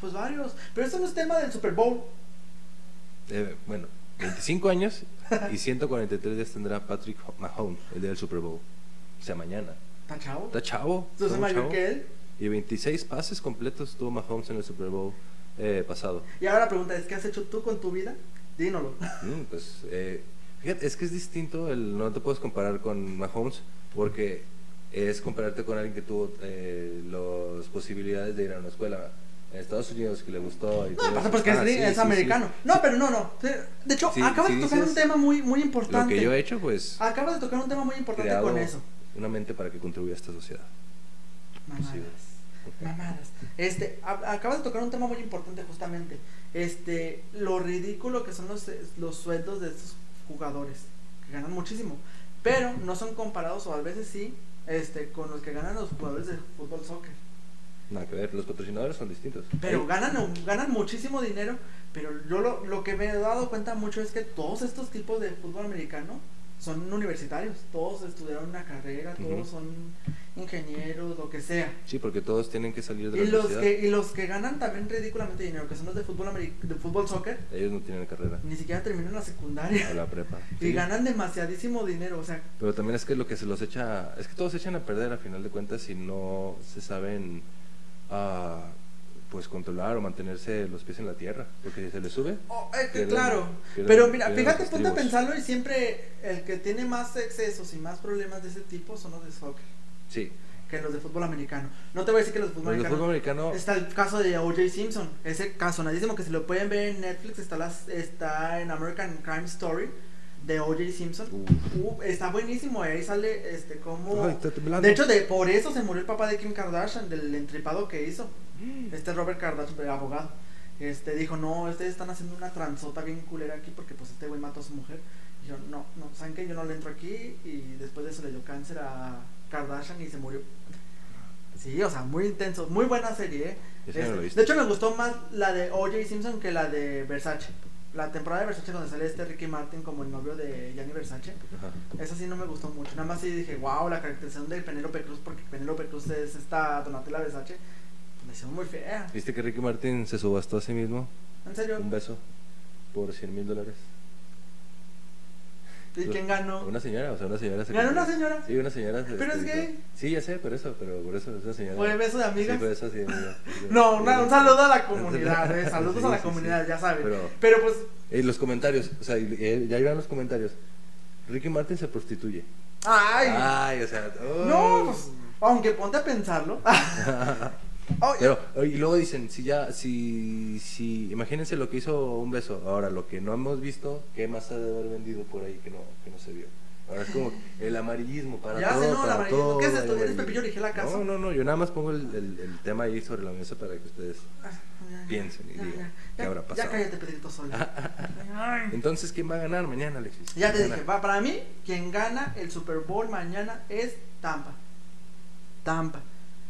Pues varios. Pero eso no es tema del Super Bowl. Eh, bueno, 25 años y 143 días tendrá Patrick Mahomes el día del Super Bowl. O sea, mañana. ¿Está chavo? Está chavo. está Entonces muy mayor chavo. que él. Y 26 pases completos tuvo Mahomes en el Super Bowl eh, pasado. Y ahora la pregunta es, ¿qué has hecho tú con tu vida? Dínoslo. Mm, pues, eh, fíjate, es que es distinto, el, no te puedes comparar con Mahomes porque es compararte con alguien que tuvo eh, las posibilidades de ir a una escuela en Estados Unidos que le gustó. Y todo Pasa eso. porque Ah, es, sí, es sí, sí. americano. No, pero no, no. Sí, De hecho, Sí, acabas sí de tocar un dices tema muy, muy Lo importante. que yo he hecho, pues, Acabas de tocar un tema muy importante creado con eso. una mente para que contribuya a esta sociedad. Mamadas. Mamadas. Este, a- acabas de tocar un tema muy importante justamente. Este, lo ridículo que son los, los sueldos de estos jugadores, que ganan muchísimo, pero no son comparados o a veces sí, este, con los que ganan los jugadores de fútbol soccer. Nada que ver, los patrocinadores son distintos. Pero Ahí- ganan, ganan muchísimo dinero, pero yo lo, lo que me he dado cuenta mucho es que todos estos tipos de fútbol americano son universitarios, todos estudiaron una carrera, todos Ujú. son ingenieros, lo que sea. Sí, porque todos tienen que salir de la Y los, universidad. que, y los que ganan también ridículamente dinero, que son los de fútbol, ameri- de fútbol soccer, Ellos no tienen carrera ni siquiera terminan la o secundaria la prepa. y Sí. ganan demasiadísimo dinero, o sea, Pero también es que lo que se los echa, es que todos se echan a perder a final de cuentas si no se saben ah, pues controlar o mantenerse los pies en la tierra, porque si se le sube. Oh, eh, que pierden- claro, pierden- pero mira, pierden fíjate, los ponte a estribos. pensarlo y siempre el que tiene más excesos y más problemas de ese tipo son los de soccer Sí, que los de fútbol americano. No te voy a decir que los de fútbol los de americano. fútbol americano, Está el caso de O.J. Simpson, ese caso nadísimo que si lo pueden ver en Netflix, está, las, está en American Crime Story de O.J. Simpson. Uh, está buenísimo, ahí sale este como... Ay, está temblando. De hecho, de, por eso se murió el papá de Kim Kardashian, del entripado que hizo. Este Robert Kardashian, el abogado. Este dijo, no, ustedes están haciendo una transota bien culera aquí porque pues este güey mató a su mujer. Y yo, no, no, ¿saben que Yo no le entro aquí y después de eso le dio cáncer a Kardashian y se murió. Sí, o sea, muy intenso, muy buena serie, ¿eh? Ese no Este, lo he visto. de hecho, me gustó más la de O.J. Simpson que la de Versace. La temporada de Versace donde sale este Ricky Martin como el novio de Gianni Versace. Ajá. Esa sí no me gustó mucho. Nada más sí dije, wow, la caracterización de Penélope Cruz, porque Penélope Cruz es esta Donatella Versace. Me hicieron muy fea. ¿Viste que Ricky Martin se subastó a sí mismo? En serio. Un beso por 100 mil dólares. ¿Y quién ganó? Una señora, o sea, una señora. se Ganó compró- una señora. Sí, una señora. se- Pero se es dijo- gay. Sí, ya sé, por eso, pero por eso es una señora. ¿Fue beso de amigas? Sí, por eso, sí, amiga. No, una- un saludo a la Entonces- comunidad, eh, saludos a la sí, comunidad, ya saben. Pero, Pero pues, eh, los comentarios, o sea, y- eh, ya llegan los comentarios. Ricky Martin se prostituye. ay. Ay, o sea. oh. No, pues, aunque ponte a pensarlo. Oh, Pero, oye, y luego dicen, si ya, si, si, imagínense lo que hizo un beso, ahora lo que no hemos visto, ¿qué más ha de haber vendido por ahí que no, que no se vio? Ahora es como el amarillismo para Ya sé, todo, no, el para amarillismo. todo, ¿Qué es esto? el ¿Eres amarillismo. Pepillo Origel acaso? No, no, no, yo nada más pongo el, el- el tema ahí sobre la mesa para que ustedes... ya, ya, piensen y ya, digan, ya, ¿qué ya, habrá Ya pasado? Ah, cállate, Pedrito Sola. Ay. Entonces, ¿quién va a ganar mañana, Alexis? Ya te ¿Quién dije, gana? va, para mí, quien gana el Super Bowl mañana es Tampa. Tampa.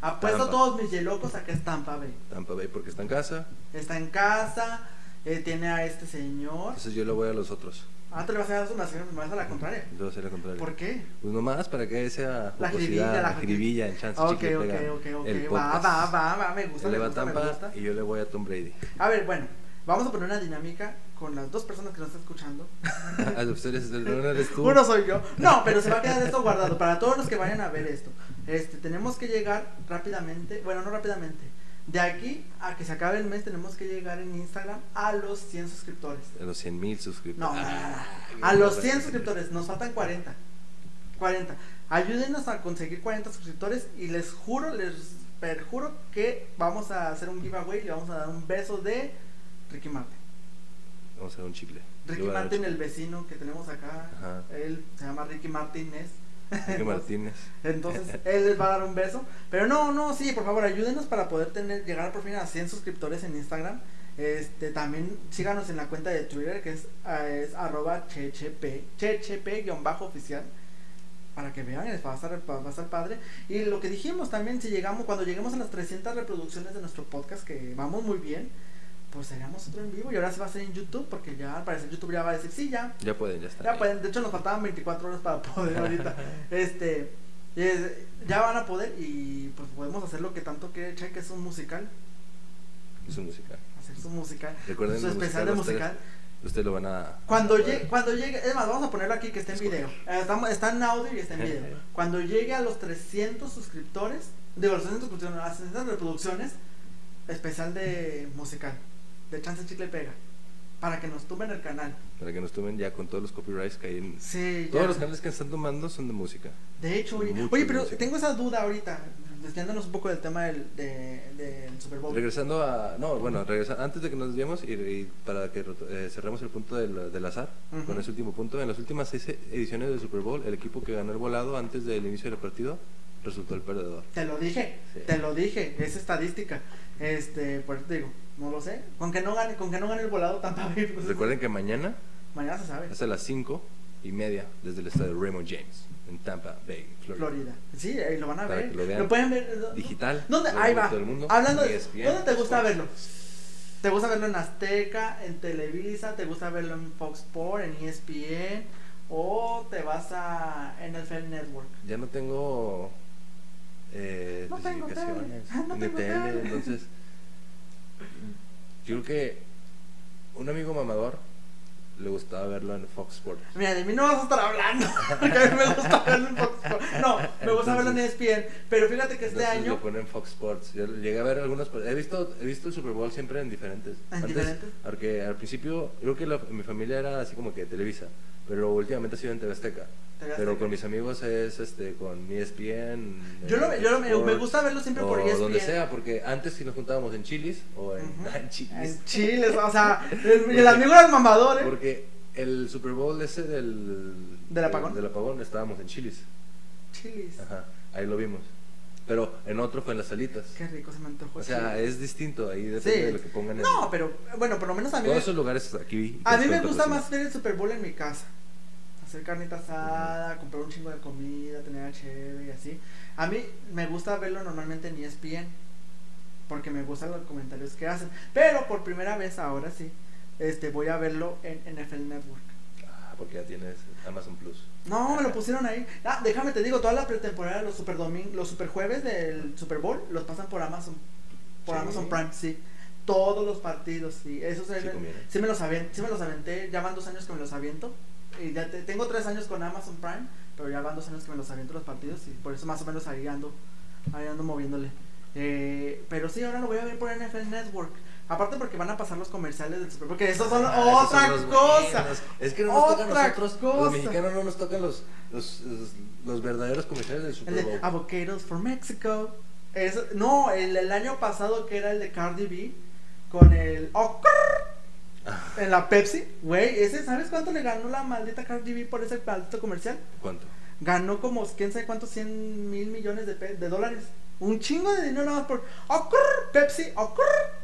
Apuesto Tampa. todos mis yelocos a que es Tampa Bay. Tampa Bay porque está en casa, Está en casa, eh, tiene a este señor. entonces yo le voy a los otros. Ah, te le vas a dar una señora, me vas a la contraria. Yo voy a hacer la contraria. ¿Por qué? Pues nomás para que sea La jocosidad, jiribilla, la la jiribilla, el chance Ok, chicle ok, Ah, pega ok, el ok. Va, podcast. va, va, va, me gusta, Él me le va a gusta, me Tampa gusta. y yo le voy a Tom Brady. A ver, bueno, vamos a poner una dinámica con las dos personas que nos están escuchando. A ustedes, no eres tú. Uno soy yo. No, pero se va a quedar esto guardado para todos los que vayan a ver esto. Este, tenemos que llegar rápidamente, bueno, no rápidamente. De aquí a que se acabe el mes tenemos que llegar en Instagram a los 100 suscriptores. A los 100 mil No, suscriptores. no, no, no. Ah, a los no, 100 no, suscriptores, nos faltan 40. 40. Ayúdenos a conseguir 40 suscriptores y les juro, les perjuro que vamos a hacer un giveaway y le vamos a dar un beso de Ricky Martin. Vamos a hacer un chicle. Ricky Yo voy a dar un Martin, el chicle. vecino que tenemos acá, Ajá. él se llama Ricky Martínez. Ricky Entonces- Martínez. Entonces, él les va a dar un beso. Pero no, no, sí, por favor, ayúdenos para poder tener, llegar por fin a 100 suscriptores en Instagram. Este, también síganos en la cuenta de Twitter que es, ah, es arroba chechp, chechp-oficial. Para que vean, les va a, estar, va a estar padre. Y lo que dijimos también, si llegamos, cuando lleguemos a las 300 reproducciones de nuestro podcast, que vamos muy bien, pues haríamos otro en vivo. Y ahora se va a hacer en YouTube, porque ya al parecer YouTube ya va a decir, sí, ya, Ya pueden, ya está. ya pueden, de hecho nos faltaban 24 horas para poder ahorita. Este, es- ya van a poder y pues podemos hacer lo que tanto quiere Che, que es un musical, Es un musical. hacer su musical, Recuerden su el especial de musical, musical. Ustedes lo van a. Cuando van a llegue, poder. cuando llegue, es más, vamos a ponerlo aquí que está en video. Eh, Estamos, está en audio y está en video. Cuando llegue a los 300 suscriptores, digo, los 300 suscriptores, a las 300 reproducciones, especial de musical, de Chance Chicle y Pega, para que nos tumben el canal. Para que nos tomen ya con todos los copyrights que hay en. Sí, Todos ya. los canales que están tomando son de música. De hecho, oye, Mucho oye, pero música. tengo esa duda ahorita, desviándonos un poco del tema del, de- del Super Bowl. Regresando a. No, bueno, regresa- antes de que nos desviemos y, y para que eh, cerremos el punto del, del azar, Ujú. con ese último punto, en las últimas seis e-, ediciones del Super Bowl, el equipo que ganó el volado antes del inicio del partido resultó el perdedor. Te lo dije, Sí. te lo dije, es estadística. Este, por eso te digo, no lo sé. Con que no gane, con que no gane el volado Tampa Bay. pues, Recuerden que mañana Mañana se sabe. es a las 5 y media desde el estadio Raymond James en Tampa Bay, Florida. Florida. Sí, ahí lo van a Para ver. que lo vean. pueden ver. eh, Digital. ¿Dónde? lo Ahí ve va. todo el mundo, Hablando de ESPN, ¿Dónde te gusta Fox. verlo? ¿Te gusta verlo en Azteca, en Televisa, te gusta verlo en Fox Sports, en E ESPN o te vas a NFL Network? Ya no tengo. Eh, No tengo tele. especificaciones Ah, no ni tengo tele. Entonces, yo creo que un amigo mamador le gustaba verlo en Fox Sports. Mira, de mí no vas a estar hablando. Porque a mí me gusta verlo en Fox Sports. No, me gusta a verlo en E Entonces- ESPN. Pero fíjate que este Entonces año. Lo ponen en Fox Sports. Yo llegué a ver algunas. He visto, he visto el Super Bowl siempre en diferentes. ¿En Antes, diferentes? Porque al principio, creo que la- mi familia era así como que Televisa. Pero últimamente ha sido en TV Azteca. TV Pero Azteca. con mis amigos es este, con ESPN. Yo lo ve- yo lo- me- Fox me gusta verlo siempre por E o ESPN. donde sea, porque antes si nos juntábamos en Chilis o en, Ujú. en Chilis. En Chile, o sea, el, el amigo era el mamador, ¿eh? Porque el Super Bowl ese del. eh, ¿Del apagón? Del apagón estábamos en Chilis. Chilis. Ajá, ahí lo vimos. Pero en otro fue en las salitas. Qué rico se me antojó. O sea, eh, Chile. es distinto ahí, depende Sí. de lo que pongan en. No, pero bueno, por lo menos a mí. Todos me- esos lugares aquí. pues A mí que me son gusta más patrocinados. ver el Super Bowl en mi casa. Hacer carnita asada, comprar un chingo de comida, tener chévere y así. A mí me gusta verlo normalmente en E ESPN. Porque me gustan los comentarios que hacen. Pero por primera vez ahora sí, este voy a verlo en NFL Network. Ah, porque ya tienes Amazon Plus. No, me lo pusieron ahí. Ah, déjame te digo, toda la pretemporada, los super domin- los super jueves del Super Bowl, los pasan por Amazon. Por Sí. Amazon Prime, sí. Todos los partidos, sí. Eso se Sí ven- conviene. sí me los aventé, sí me los aventé, ya van dos años que me los aviento. Y ya te- tengo tres años con Amazon Prime, pero ya van dos años que me los aviento los partidos y por eso más o menos ahí ando, ahí ando moviéndole. Eh, pero sí, ahora lo voy a ver por NFL Network. Aparte porque van a pasar los comerciales del Super Bowl, que esos son Ah, esos otra son los cosa. buenos. Es que no nos tocan Otra nosotros. cosa. Los mexicanos no nos tocan los, los, los, los verdaderos comerciales del El Super de ah, Bowl. Avocados for Mexico. Es- no, el, el año pasado que era el de Cardi B con el oh, crrr, en la Pepsi, güey, ese ¿sabes cuánto le ganó la maldita Cardi B por ese maldito comercial? ¿Cuánto? Ganó como quién sabe cuántos 100 mil millones de, pe- de dólares. Un chingo de dinero nada más por oh, crrr, Pepsi, oh, crrr.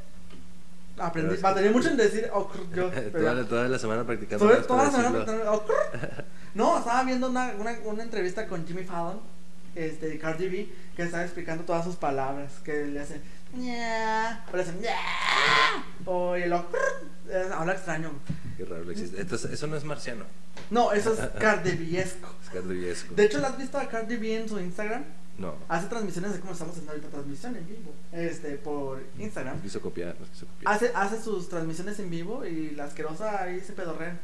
Pero Aprendí, es que- batallé mucho en decir oh, crrr, yo, pero- toda, la- toda la semana practicando. Estuve esto, toda la semana decirlo. preguntando, "Oh, No, estaba viendo una, una, una entrevista con Jimmy Fallon, este, de Cardi B, que estaba explicando todas sus palabras, que le hacen, "Nya", o le hacen, "Nya", o el, "Oh, crrr", eh, habla extraño. Qué raro existe. Entonces, eso no es marciano. No, eso es cardiviesco. Es cardiviesco. De hecho, ¿la has visto a Cardi B en su Instagram? No. Hace transmisiones de cómo estamos haciendo ahorita, transmisión en vivo, este, por Instagram. Nos quiso copiar. Nos quiso copiar. Hace, hace sus transmisiones en vivo y la asquerosa ahí se pedorrea.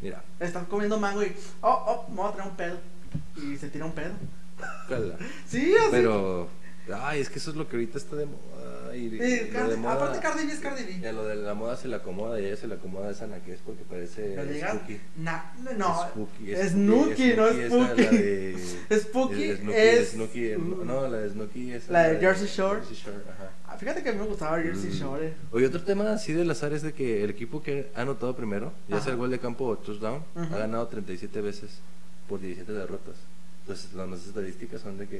Mira. Está comiendo mango y, oh, oh, me voy a traer un pedo. Y se tira un pedo. cuela. Sí, así. Pero, ay, es que eso es lo que ahorita está de moda. Y, y Sí, lo Cardi- de moda- aparte Cardi B es Cardi B. Y a lo de la moda se la acomoda y a ella se la acomoda esa Ana que es porque parece ¿Lo digas? spooky. Na- no, Spooky, es Nuki, no es esa, la de- Spooky. Spooky Snooki, es- Snooki, el- Mm. no, la de Snooki es. La de Jersey Shore. Jersey Shore, ajá. Ah, Fíjate que a mí me gustaba Jersey Mm. Shore. Oye, otro tema así del azar es de que el equipo que ha anotado primero, ya Ajá. sea el gol de campo o touchdown, Ujú. ha ganado 37 veces por 17 derrotas. Entonces, las nuestras estadísticas son de que.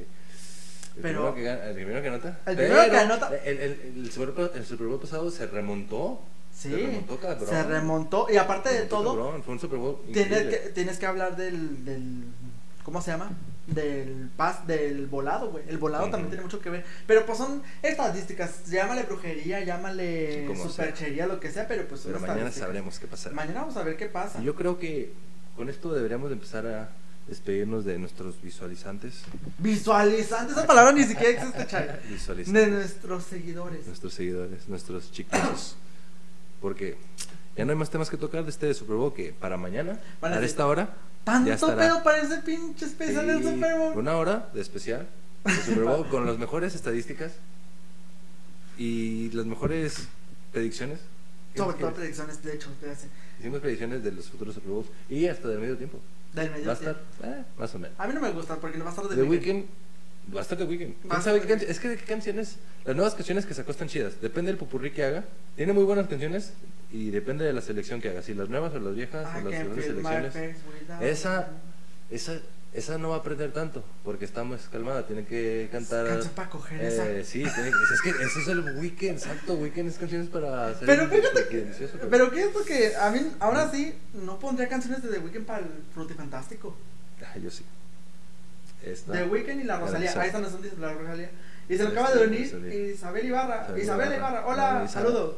El, Pero- primero, que gana- el primero que anota. El primero que pero anota- El, el- el Super Bowl, el Super Bowl pasado se remontó. Sí. Se remontó, cabrón. Se remontó. Y aparte de Se remontó, todo, cabrón. Fue un Super Bowl. tienes increíble. que, tienes que hablar del, del. ¿Cómo se llama? Del pas, del volado, güey. El volado también Ujú. tiene mucho que ver. Pero pues son estadísticas. Llámale brujería, llámale Sí, como sea. superchería, lo que sea, pero pues son Pero mañana estadísticas. sabremos qué pasará. Mañana vamos a ver qué pasa. Y Yo creo que con esto deberíamos de empezar a despedirnos de nuestros visualizantes. Visualizante, esa palabra ni siquiera existe, Chay. Visualizantes. De nuestros seguidores. nuestros seguidores, nuestros chicos. Porque ya no hay más temas que tocar de este Super Bowl que para mañana, Van a para ser- esta hora, ya Tanto estará. pedo para ese pinche especial del Sí, Super Bowl. Una hora de especial de Super Bowl con las mejores estadísticas y las mejores predicciones. Sobre todo Hicimos- predicciones, de hecho, de hace- Hicimos predicciones de los futuros Super Bowls y hasta del medio tiempo. del medio Va a tiempo. estar, eh, más o menos. A mí no me gusta porque no va a estar de The Weeknd. Va a estar The Weeknd. Va a ¿Quién estar sabe The qué can- Weeknd. Es que de qué canciones. Las nuevas canciones que sacó están chidas. Depende del popurrí que haga. Tiene muy buenas canciones. Y depende de la selección que haga. Si las nuevas o las viejas I o las can grandes feel my selecciones. face without Esa, you. esa, esa no va a aprender tanto. Porque está más calmada. Tiene que cantar. Canción para coger eh, esa. sí, tiene que- es que eso es el weekend, exacto. Weekend es canciones para hacer. Pero un- fíjate que. delicioso, pero- Pero qué es porque a mí, Mm. ahora sí, no pondría canciones de The Weeknd para el Frutifantástico. Ah, yo sí. Esta. The Weeknd y la Rosalía. Garantizado. Ahí están las ondas de la Rosalía. Y se lo Ah. Ahí acaba está de la unir Rosalía. Isabel Ibarra. Isabel Isabel Ibarra. Ibarra, hola, Hola, Isa. saludos.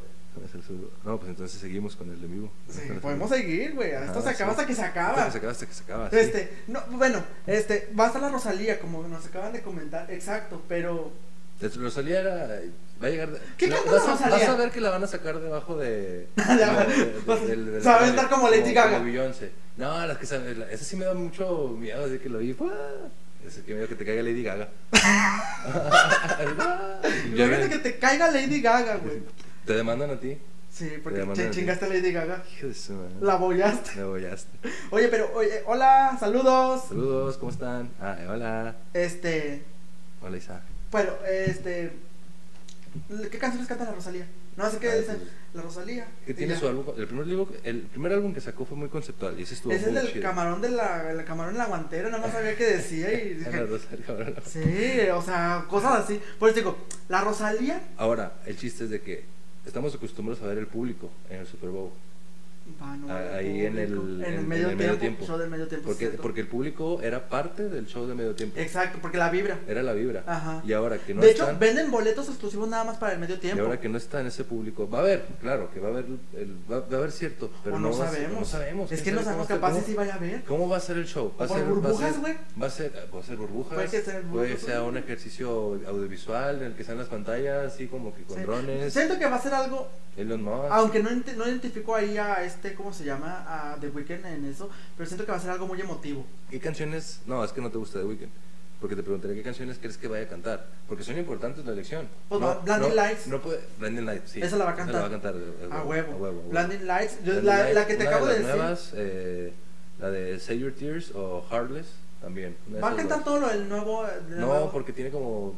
Es el saludo. No, pues entonces seguimos con el en vivo. Sí, Con el podemos en vivo. seguir, güey. Esto Ajá, se acaba Ah, sí. hasta que se Hasta acaba. que se acaba, hasta que se acaba. sí. Este, no, bueno, este, va a estar la Rosalía, como nos acaban de comentar, exacto, pero De- Rosalía era. Va a llegar. de- ¿Qué la- canta vas, la a- Rosalía? vas a ver que la van a sacar debajo de. abajo. Se va a aventar como Lady Gaga. Beyoncé. No, las que saben. Esa sí me da mucho miedo. Así que lo vi. ¡fua! Es el que medio que te caiga Lady Gaga. Ya Imagínate ven, que te caiga Lady Gaga, güey. Te demandan a ti. Sí, porque llaman te así. chingaste a Lady Gaga. Hijo de su madre. La bollaste. Me bollaste. Oye, pero, oye, hola, saludos. Saludos, ¿cómo están? Ah, eh, hola. Este, Hola, Isa. bueno, este. ¿Qué canciones canta la Rosalía? No sé qué Ah, dicen. pues, La Rosalía. Que y tiene ya. su álbum. El primer, libro, el primer álbum que sacó fue muy conceptual. Y ese estuvo Ese es muy del chido. camarón de la, el camarón en la guantera, nada más sabía qué decía y Ana dije, Rosa, el cabrón. sí, o sea, cosas así. Por eso digo, la Rosalía Ahora, el chiste es de que estamos acostumbrados a ver el público en el Super Bowl. va, no, Ah, era ahí en público. el- en en- el en medio el medio tiempo, tiempo. show del medio tiempo. Porque, ¿cierto? porque el público era parte del show de medio tiempo. Exacto, porque la vibra. Era la vibra. Ajá. Y ahora Eh, que no de hecho, están, venden boletos exclusivos nada más para el medio y tiempo. ahora que no está en ese público, va a haber, claro, que va a haber, el- va, va a haber cierto, pero o no, va a ser- sabemos. no sabemos. Es que ¿Quién no sabe sabemos, cómo va a capaz ser? si sí vaya a ver. ¿Cómo va a ser el show? ¿Va a Por ser, burbujas, va a güey. ser, va a ser, va a ser burbujas. Puede que sea puede que burbujas, sea güey. un ejercicio audiovisual en el que sean las pantallas así como que con Sí. drones. Siento que va a ser algo, Elon Musk. aunque no, inte- no identifico ahí a este, ¿cómo se llama? A The Weeknd en eso, pero siento que va a ser algo muy emotivo. ¿Qué canciones? No, es que no te gusta The Weeknd. Porque te preguntaría qué canciones crees que vaya a cantar. Porque son importantes la elección. Pues no, va, Blinding no, Lights. No puede, Blinding Lights, sí. Esa la va a Esa cantar. la va a cantar. eh, A huevo. A huevo. Blinding Lights. Yo, Blinding la, Lights, la que te una acabo de, las decir. Nuevas, eh, la de Say Your Tears o Heartless también. una de Va a esas cantar dos. todo lo del nuevo. del No, nuevo. porque tiene como.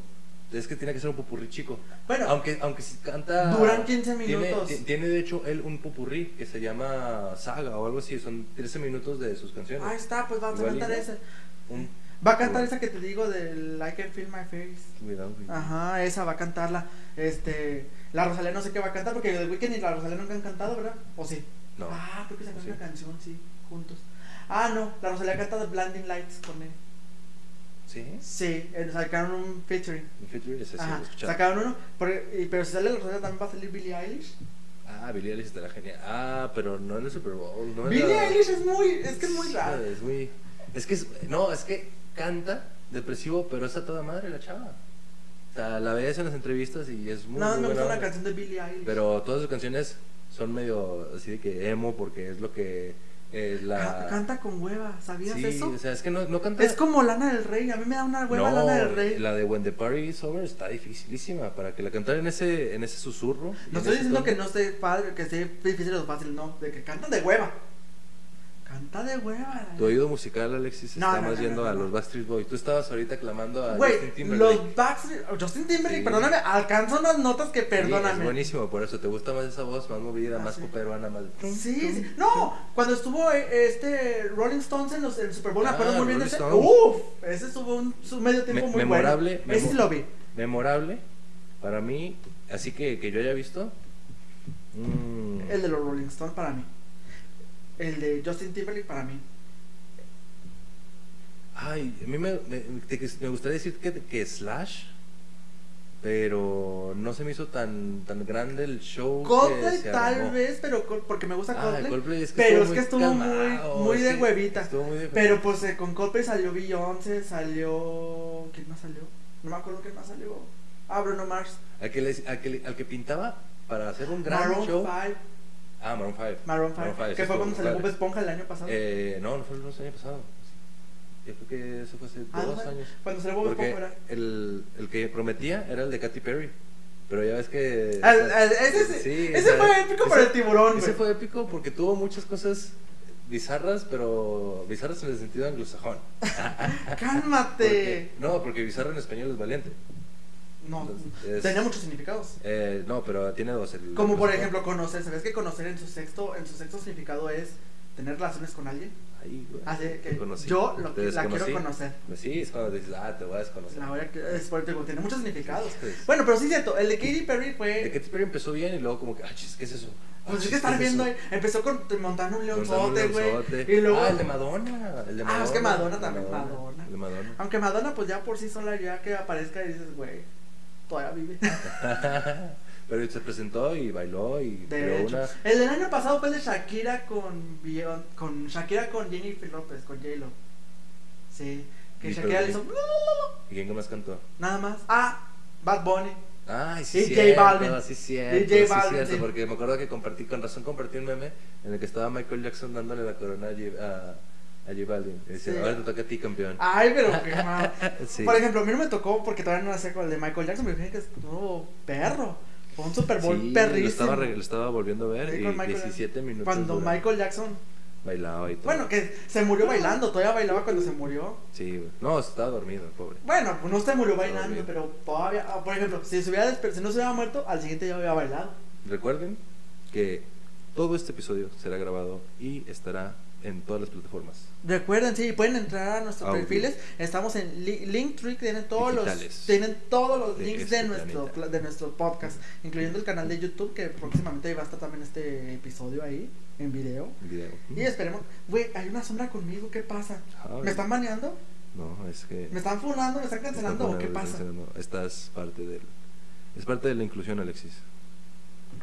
Es que tiene que ser un popurrí chico. Bueno, aunque, aunque si canta. Duran 15 tiene- minutos. ti- Tiene, de hecho él un popurrí que se llama Saga o algo así. Son 13 minutos de sus canciones. ahí está, pues va a Igual y cantar no. esa. Un- Va a cantar Igual. esa que te digo del I can feel my face. Cuidado, güey. Ajá, esa va a cantarla. Este, la Rosalía no sé qué va a cantar porque The Weeknd y la Rosalía nunca han cantado, ¿verdad? ¿O sí? No. Ah, creo que sacaron Sí. una canción, sí, juntos. Ah, no, la Rosalía canta The Blinding Lights con él. ¿Sí? Sí, eh, sacaron un featuring. Un featuring ese sí, Ajá, lo he escuchado. sacaron uno, porque- y- pero si sale la Rosalía también va a salir Billie Eilish. Ah, Billie Eilish estará genial. Ah, pero no en el Super Bowl. No en Billie la- Eilish es muy, es que es muy rara. Es muy. Es que es- No, es que canta depresivo, pero está toda madre la chava. O sea, la ves en las entrevistas y es muy. Nada más muy me gusta buena una onda. canción de Billie Eilish. Pero todas sus canciones son medio así de que emo porque es lo que eh, la... Ca- Canta con hueva, ¿sabías sí, eso? o sea, es que no, no canta... Es como Lana del Rey, a mí me da una hueva no, Lana del Rey. la de When the Party is Over está dificilísima para que la cantara en ese, en ese susurro. y en No estoy ese diciendo que tono. no esté padre, que esté difícil o fácil, no, de que cantan de hueva. Canta de hueva. Tu oído musical, Alexis, No, está no, más no, yendo no, a no. los Backstreet Boys. Tú estabas ahorita clamando a Justin Güey, Timberlake. los Backstreet, Justin Timberlake, Sí. perdóname, alcanza unas notas que Sí, es perdóname. buenísimo, por eso te gusta más esa voz, más movida, Ah, más sí. coperuana, más... Sí, sí. No, cuando estuvo eh, este Rolling Stones en los, el Super Bowl, me Ah, acuerdo muy bien de Rolling ese. Stones. Uf, ese estuvo un su medio tiempo Me- muy memorable, bueno. Ese sí memo- lo vi. Memorable, para mí, así que, que yo haya visto... mm, El de los Rolling Stones para mí. El de Justin Timberlake para mí. Ay, a mí me, me, te- que- me gustaría decir que, que Slash, pero no se me hizo tan, tan grande el show. que Coldplay se tal armó. vez, pero Col- porque me gusta Ah, Coldplay. Coldplay es que estuvo pero es que muy estuvo calmado, muy, muy es de que huevita. estuvo muy de- Pero pues eh, con Coldplay salió Beyoncé, salió... ¿Quién más salió? No me acuerdo quién más salió. Ah, Bruno Mars. Al que, les- al que le- al que pintaba para hacer un gran Maroon show. 5. Ah, Maroon 5. Maroon 5. Maroon five, que sí, fue cuando salió Bob padre. Esponja el año pasado. Eh, no, no fue el año pasado. Yo creo que eso fue hace Ah, dos bueno, años. Cuando salió Bob Porque Esponja era... el, el que prometía era el de Katy Perry. Pero ya ves que. Ah, o sea, ah, ese sí- sí, ese o sea, fue épico ese- para el tiburón, Ese güey. fue épico porque tuvo muchas cosas bizarras, pero bizarras en el sentido anglosajón. ¡Cálmate! Porque- no, porque bizarro en español es valiente. No, Entonces, tenía muchos significados. Eh, no, pero tiene dos. el Como por anglosajón. ejemplo conocer, ¿sabes que conocer en su sexto, en su sexto significado es tener relaciones con alguien? Ahí, güey, Así te Ah, que conocí, yo lo te que- la desconocí. quiero conocer. Pues sí, es cuando dices, ah, te voy a desconocer. Pues, La verdad que es por eso te digo, tiene muchos significados. Entonces, Bueno, pero sí es cierto, el de Katy Perry de fue. Katy Perry empezó bien y luego, como que, ah, chis, ¿qué es eso? Ah, Pues es chis, que ¿qué estar es viendo eso? ahí. Empezó con te- montando un Montando un leonzote, güey. leonzote. Y luego. Ah, el de Madonna. El de Madonna. Ah, es que Madonna el de también, Madonna. El de Madonna. Aunque Madonna, pues ya por sí sola, ya que aparezca y dices, güey, todavía vive. Pero se presentó y bailó y De creó hecho. una. El del año pasado fue el de Shakira con. Beyon- con Shakira con Jennifer López, con J-Lo. Sí. Que Y Shakira pero- le hizo. ¡uh! ¿Y quién más cantó? Nada más. Ah, Bad Bunny. Ay, sí, Y J cierto, Balvin. Sí, cierto, Y J sí, Balvin, cierto, sí. Porque me acuerdo que compartí, con razón compartí un meme en el que estaba Michael Jackson dándole la corona a J- a, a J Balvin. Y dice, Sí. ahora te toca a ti, campeón. Ay, pero qué mal. Sí. Por ejemplo, a mí no me tocó porque todavía no hacía con el de Michael Jackson, me dije que es un nuevo perro. Fue un Super Bowl Sí, perrísimo. Lo estaba, re- lo estaba volviendo a ver Sí, y con Michael 17 minutos. Cuando dura. Michael Jackson, Bailaba y todo. bueno, que se murió bailando, todavía bailaba cuando se murió. Sí, güey. No, estaba dormido, el pobre. Bueno, pues no se murió bailando, bien. pero todavía, ah, por ejemplo, si, se hubiera desper- si no se hubiera muerto, al siguiente ya hubiera bailado. Recuerden que todo este episodio será grabado y estará en todas las plataformas. Recuerden, sí, pueden entrar a nuestros Audio. perfiles. Estamos en Li- Linktree, tienen todos Digitales. los tienen todos los De links este de nuestro planeta. pla- de nuestro podcast, incluyendo el canal de YouTube que próximamente ahí va a estar también este episodio ahí en video. El video. Y esperemos, güey, hay una sombra conmigo, ¿qué pasa? Ay. ¿Me están baneando? No, es que. ¿Me están funando? ¿Me están cancelando o Está qué poniendo pasa? atención, no. Estás parte del. Es parte de la inclusión, Alexis.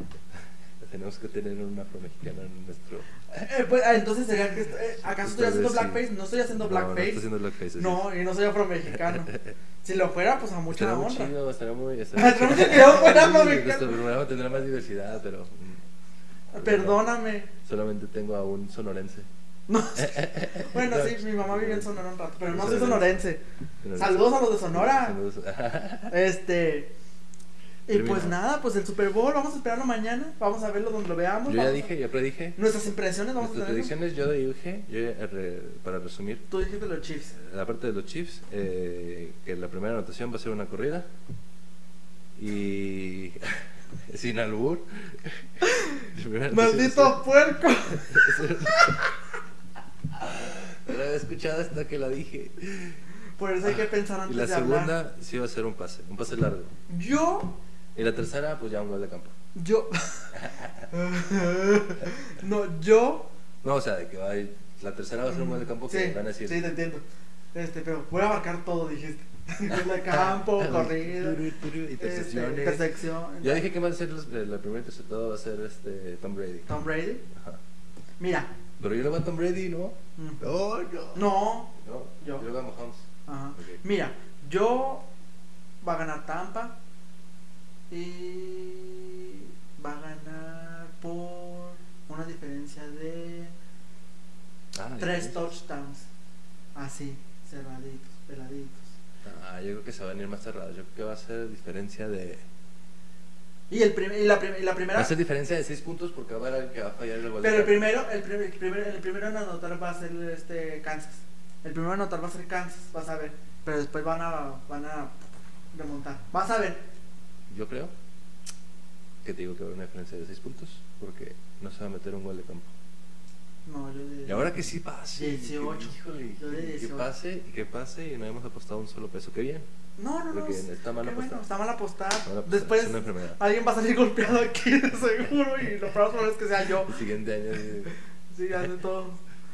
Tenemos que tener una afromexicana en nuestro. Eh, pues, ah, entonces sería que est- eh, ¿acaso estoy Ustedes haciendo sí. blackface? No estoy haciendo No, No, blackface. estás haciendo blackface. así No, y no soy afromexicano. Si lo fuera, pues a es. mucha Estará muy honra. chido, estará muy. Estará Tenemos que quedar fuera Sí, Nuestro afromexicano. programa tendrá más diversidad, pero. mm, Perdóname. Solamente tengo a un sonorense. No, bueno, sí, mi mamá vivió en Sonora un rato, pero no soy sonorense. Saludos a los de Sonora. Saludos. Este. Y Termina. pues nada, pues el Super Bowl, vamos a esperarlo mañana, vamos a verlo donde lo veamos. Yo ya vamos a- dije, ya predije. Nuestras impresiones vamos Nuestras a tener. predicciones yo dije, yo, ya eh, re- para resumir, Tú dijiste los Chiefs. la parte de los Chiefs, eh, que la primera anotación va a ser una corrida. Y. sin albur. La primera anotación va a ser- ¡Maldito puerco! No la había escuchado hasta que la dije. Por eso hay que pensar antes Ah, Y la de hablar. segunda sí va a ser un pase, un pase largo. Yo. Y la tercera, pues ya un gol de campo. Yo. no, yo. No, o sea, de que va a ir- La tercera va a ser un gol Ah, de campo que sí, van a decir. Sí, te entiendo. Este, pero voy a abarcar todo, dijiste. Gol de campo, corrida. Turu, turu, Este, Intercepciones. intersección. Ya dije que va a ser los- eh, la primera interceptada va a ser este Tom Brady. Tom Brady. Ajá. Mira. Pero yo le voy a Tom Brady, ¿no? mm, No, no. No. No, Yo. yo le voy a Mahomes. Ajá. Ok. Mira, yo va a ganar Tampa y va a ganar por una diferencia de Ah, tres ¿sí? touchdowns. Así, cerraditos, peladitos. Ah, yo creo que se van a ir más cerrados. Yo creo que va a ser diferencia de. Y, el prim- y, la, prim- y la Va primera... a ser diferencia de 6 puntos porque va a haber el que va a fallar el gol. de Pero el campo. primero, el, prim- el primero, el primero en anotar va a ser este Kansas. El primero en anotar va a ser Kansas, vas a ver. Pero después van a, van a remontar. Vas a ver. Yo creo que te digo que va a haber una diferencia de 6 puntos porque no se va a meter un gol de campo. No, yo diría- Y ahora que sí pase. 18. Híjole, Yo de que 18. pase, que pase y no hemos apostado un solo peso. Qué bien. No, no, no. Porque está mal qué bueno, apostado. está mal apostar. Ahora, pues, Después Ah, Es una enfermedad. alguien va a salir golpeado aquí, de seguro. Y lo peor probable es que sea yo. El siguiente año de Sí, ya de todo.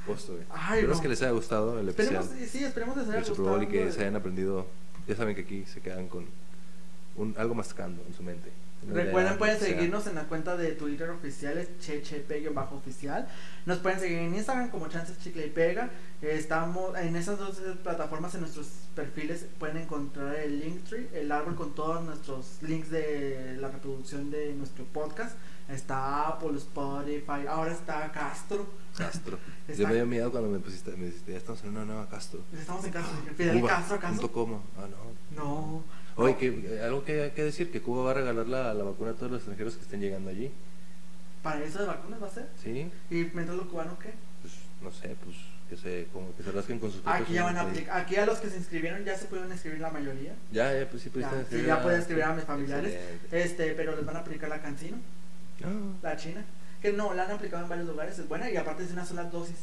posto, güey. Ay, Espero no. es que les haya gustado el Esperemos, especial sí, esperemos que se haya del Super Bowl y que gustado. se hayan aprendido. Ya saben que aquí se quedan con un, algo mascando en su mente. Una Recuerden, idea, pueden o sea, seguirnos en la cuenta de Twitter oficial, es chechepe-oficial. Nos pueden seguir en Instagram como Chances Chicle y Pega. Eh, Estamos en esas dos eh, plataformas, en nuestros perfiles, pueden encontrar el Linktree, el árbol con todos nuestros links de la reproducción de nuestro podcast. Está Apple, Spotify, ahora está Castro. Castro. Yo Está- me dio miedo cuando me pusiste, me dijiste, ya estamos en una nueva Castro. Pues Estamos en Castro. Fidel Cuba, Castro, Castro. punto com. Ah, no. No. Oye, que, eh, algo que hay que decir, que Cuba va a regalar la, la vacuna a todos los extranjeros que estén llegando allí. Para eso de vacunas va a ser. ¿Sí? ¿Y mientras lo cubano qué? Pues, no sé, pues, que se, como que se rasquen con sus Aquí propios este, ya van a ahí. aplicar. Aquí a los que se inscribieron ya se pudieron inscribir la mayoría. Ya, ya, pues sí, pudiste Ya, sí, escribir ya puedes escribir a mis familiares. Excelente. Este, pero les van a aplicar la cancino, Ah. la china, que no, la han aplicado en varios lugares, es buena y aparte es de una sola dosis.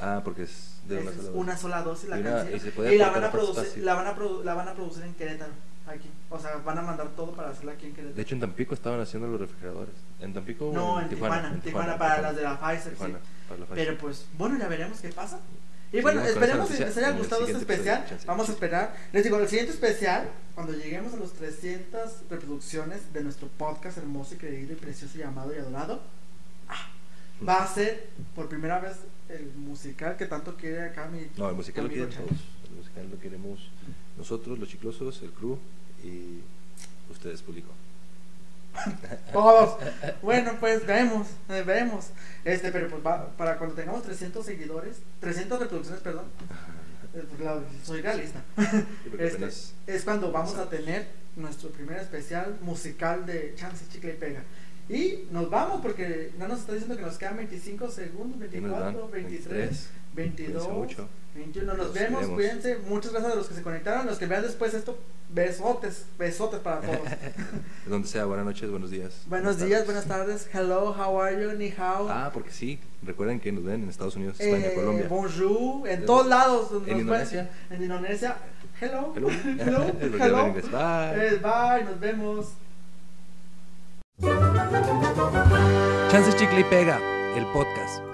Ah, porque es de es una es sola dosis. una sola dosis la Y una- cancino. y Y, se puede la aplicar van a más producir, fácil. la van a produ- la van a producir en Querétaro, aquí. O sea, van a mandar todo para hacerla aquí en De Querétaro. hecho, en Tampico estaban haciendo los refrigeradores. ¿En Tampico o no, en Tijuana, en Tijuana, para las de la Pfizer, Tijuana, sí. para la Pfizer. Pero pues, bueno, ya veremos qué pasa. Y Sí, bueno, vamos con esperemos esa que les noticia haya en el gustado este siguiente especial. episodio de Chance Vamos a Chicle. esperar. Les digo, el siguiente especial, cuando lleguemos a los 300 reproducciones de nuestro podcast hermoso y querido y precioso llamado y adorado, ah, va a ser por primera vez el musical que tanto quiere acá mi... No, el musical lo amigo quieren Chan. todos. El musical lo queremos nosotros, los chiclosos, el crew y ustedes, público. Todos. Bueno, pues vemos, eh, vemos. Este, pero pues va- para cuando tengamos 300 seguidores, 300 reproducciones, perdón, eh, pues, la- soy realista. porque Este, apenas- es cuando vamos a tener nuestro primer especial musical de Chance Chicle y Pega. Y nos vamos porque no nos está diciendo que nos quedan 25 segundos, ¿qué nos dan? 24, 23, 22, Cuídense mucho. 21. Nos Nos vemos, vemos. cuídense. Muchas gracias a los que se conectaron, los que vean después esto. Besotes, besotes para todos. Donde sea, buenas noches, buenos días. Buenos días, buenas tardes. Hello, how are you? Ni hao. Ah, porque sí, recuerden que nos ven en Estados Unidos, España, Eh, Colombia. Bonjour, en Eh, todos lados. nos pueden- Indonesia. En Indonesia. Hello. Hello. Hello. Porque hablan hello. inglés. Bye. Eh, Bye, nos vemos. Chances Chicle y Pega, el podcast.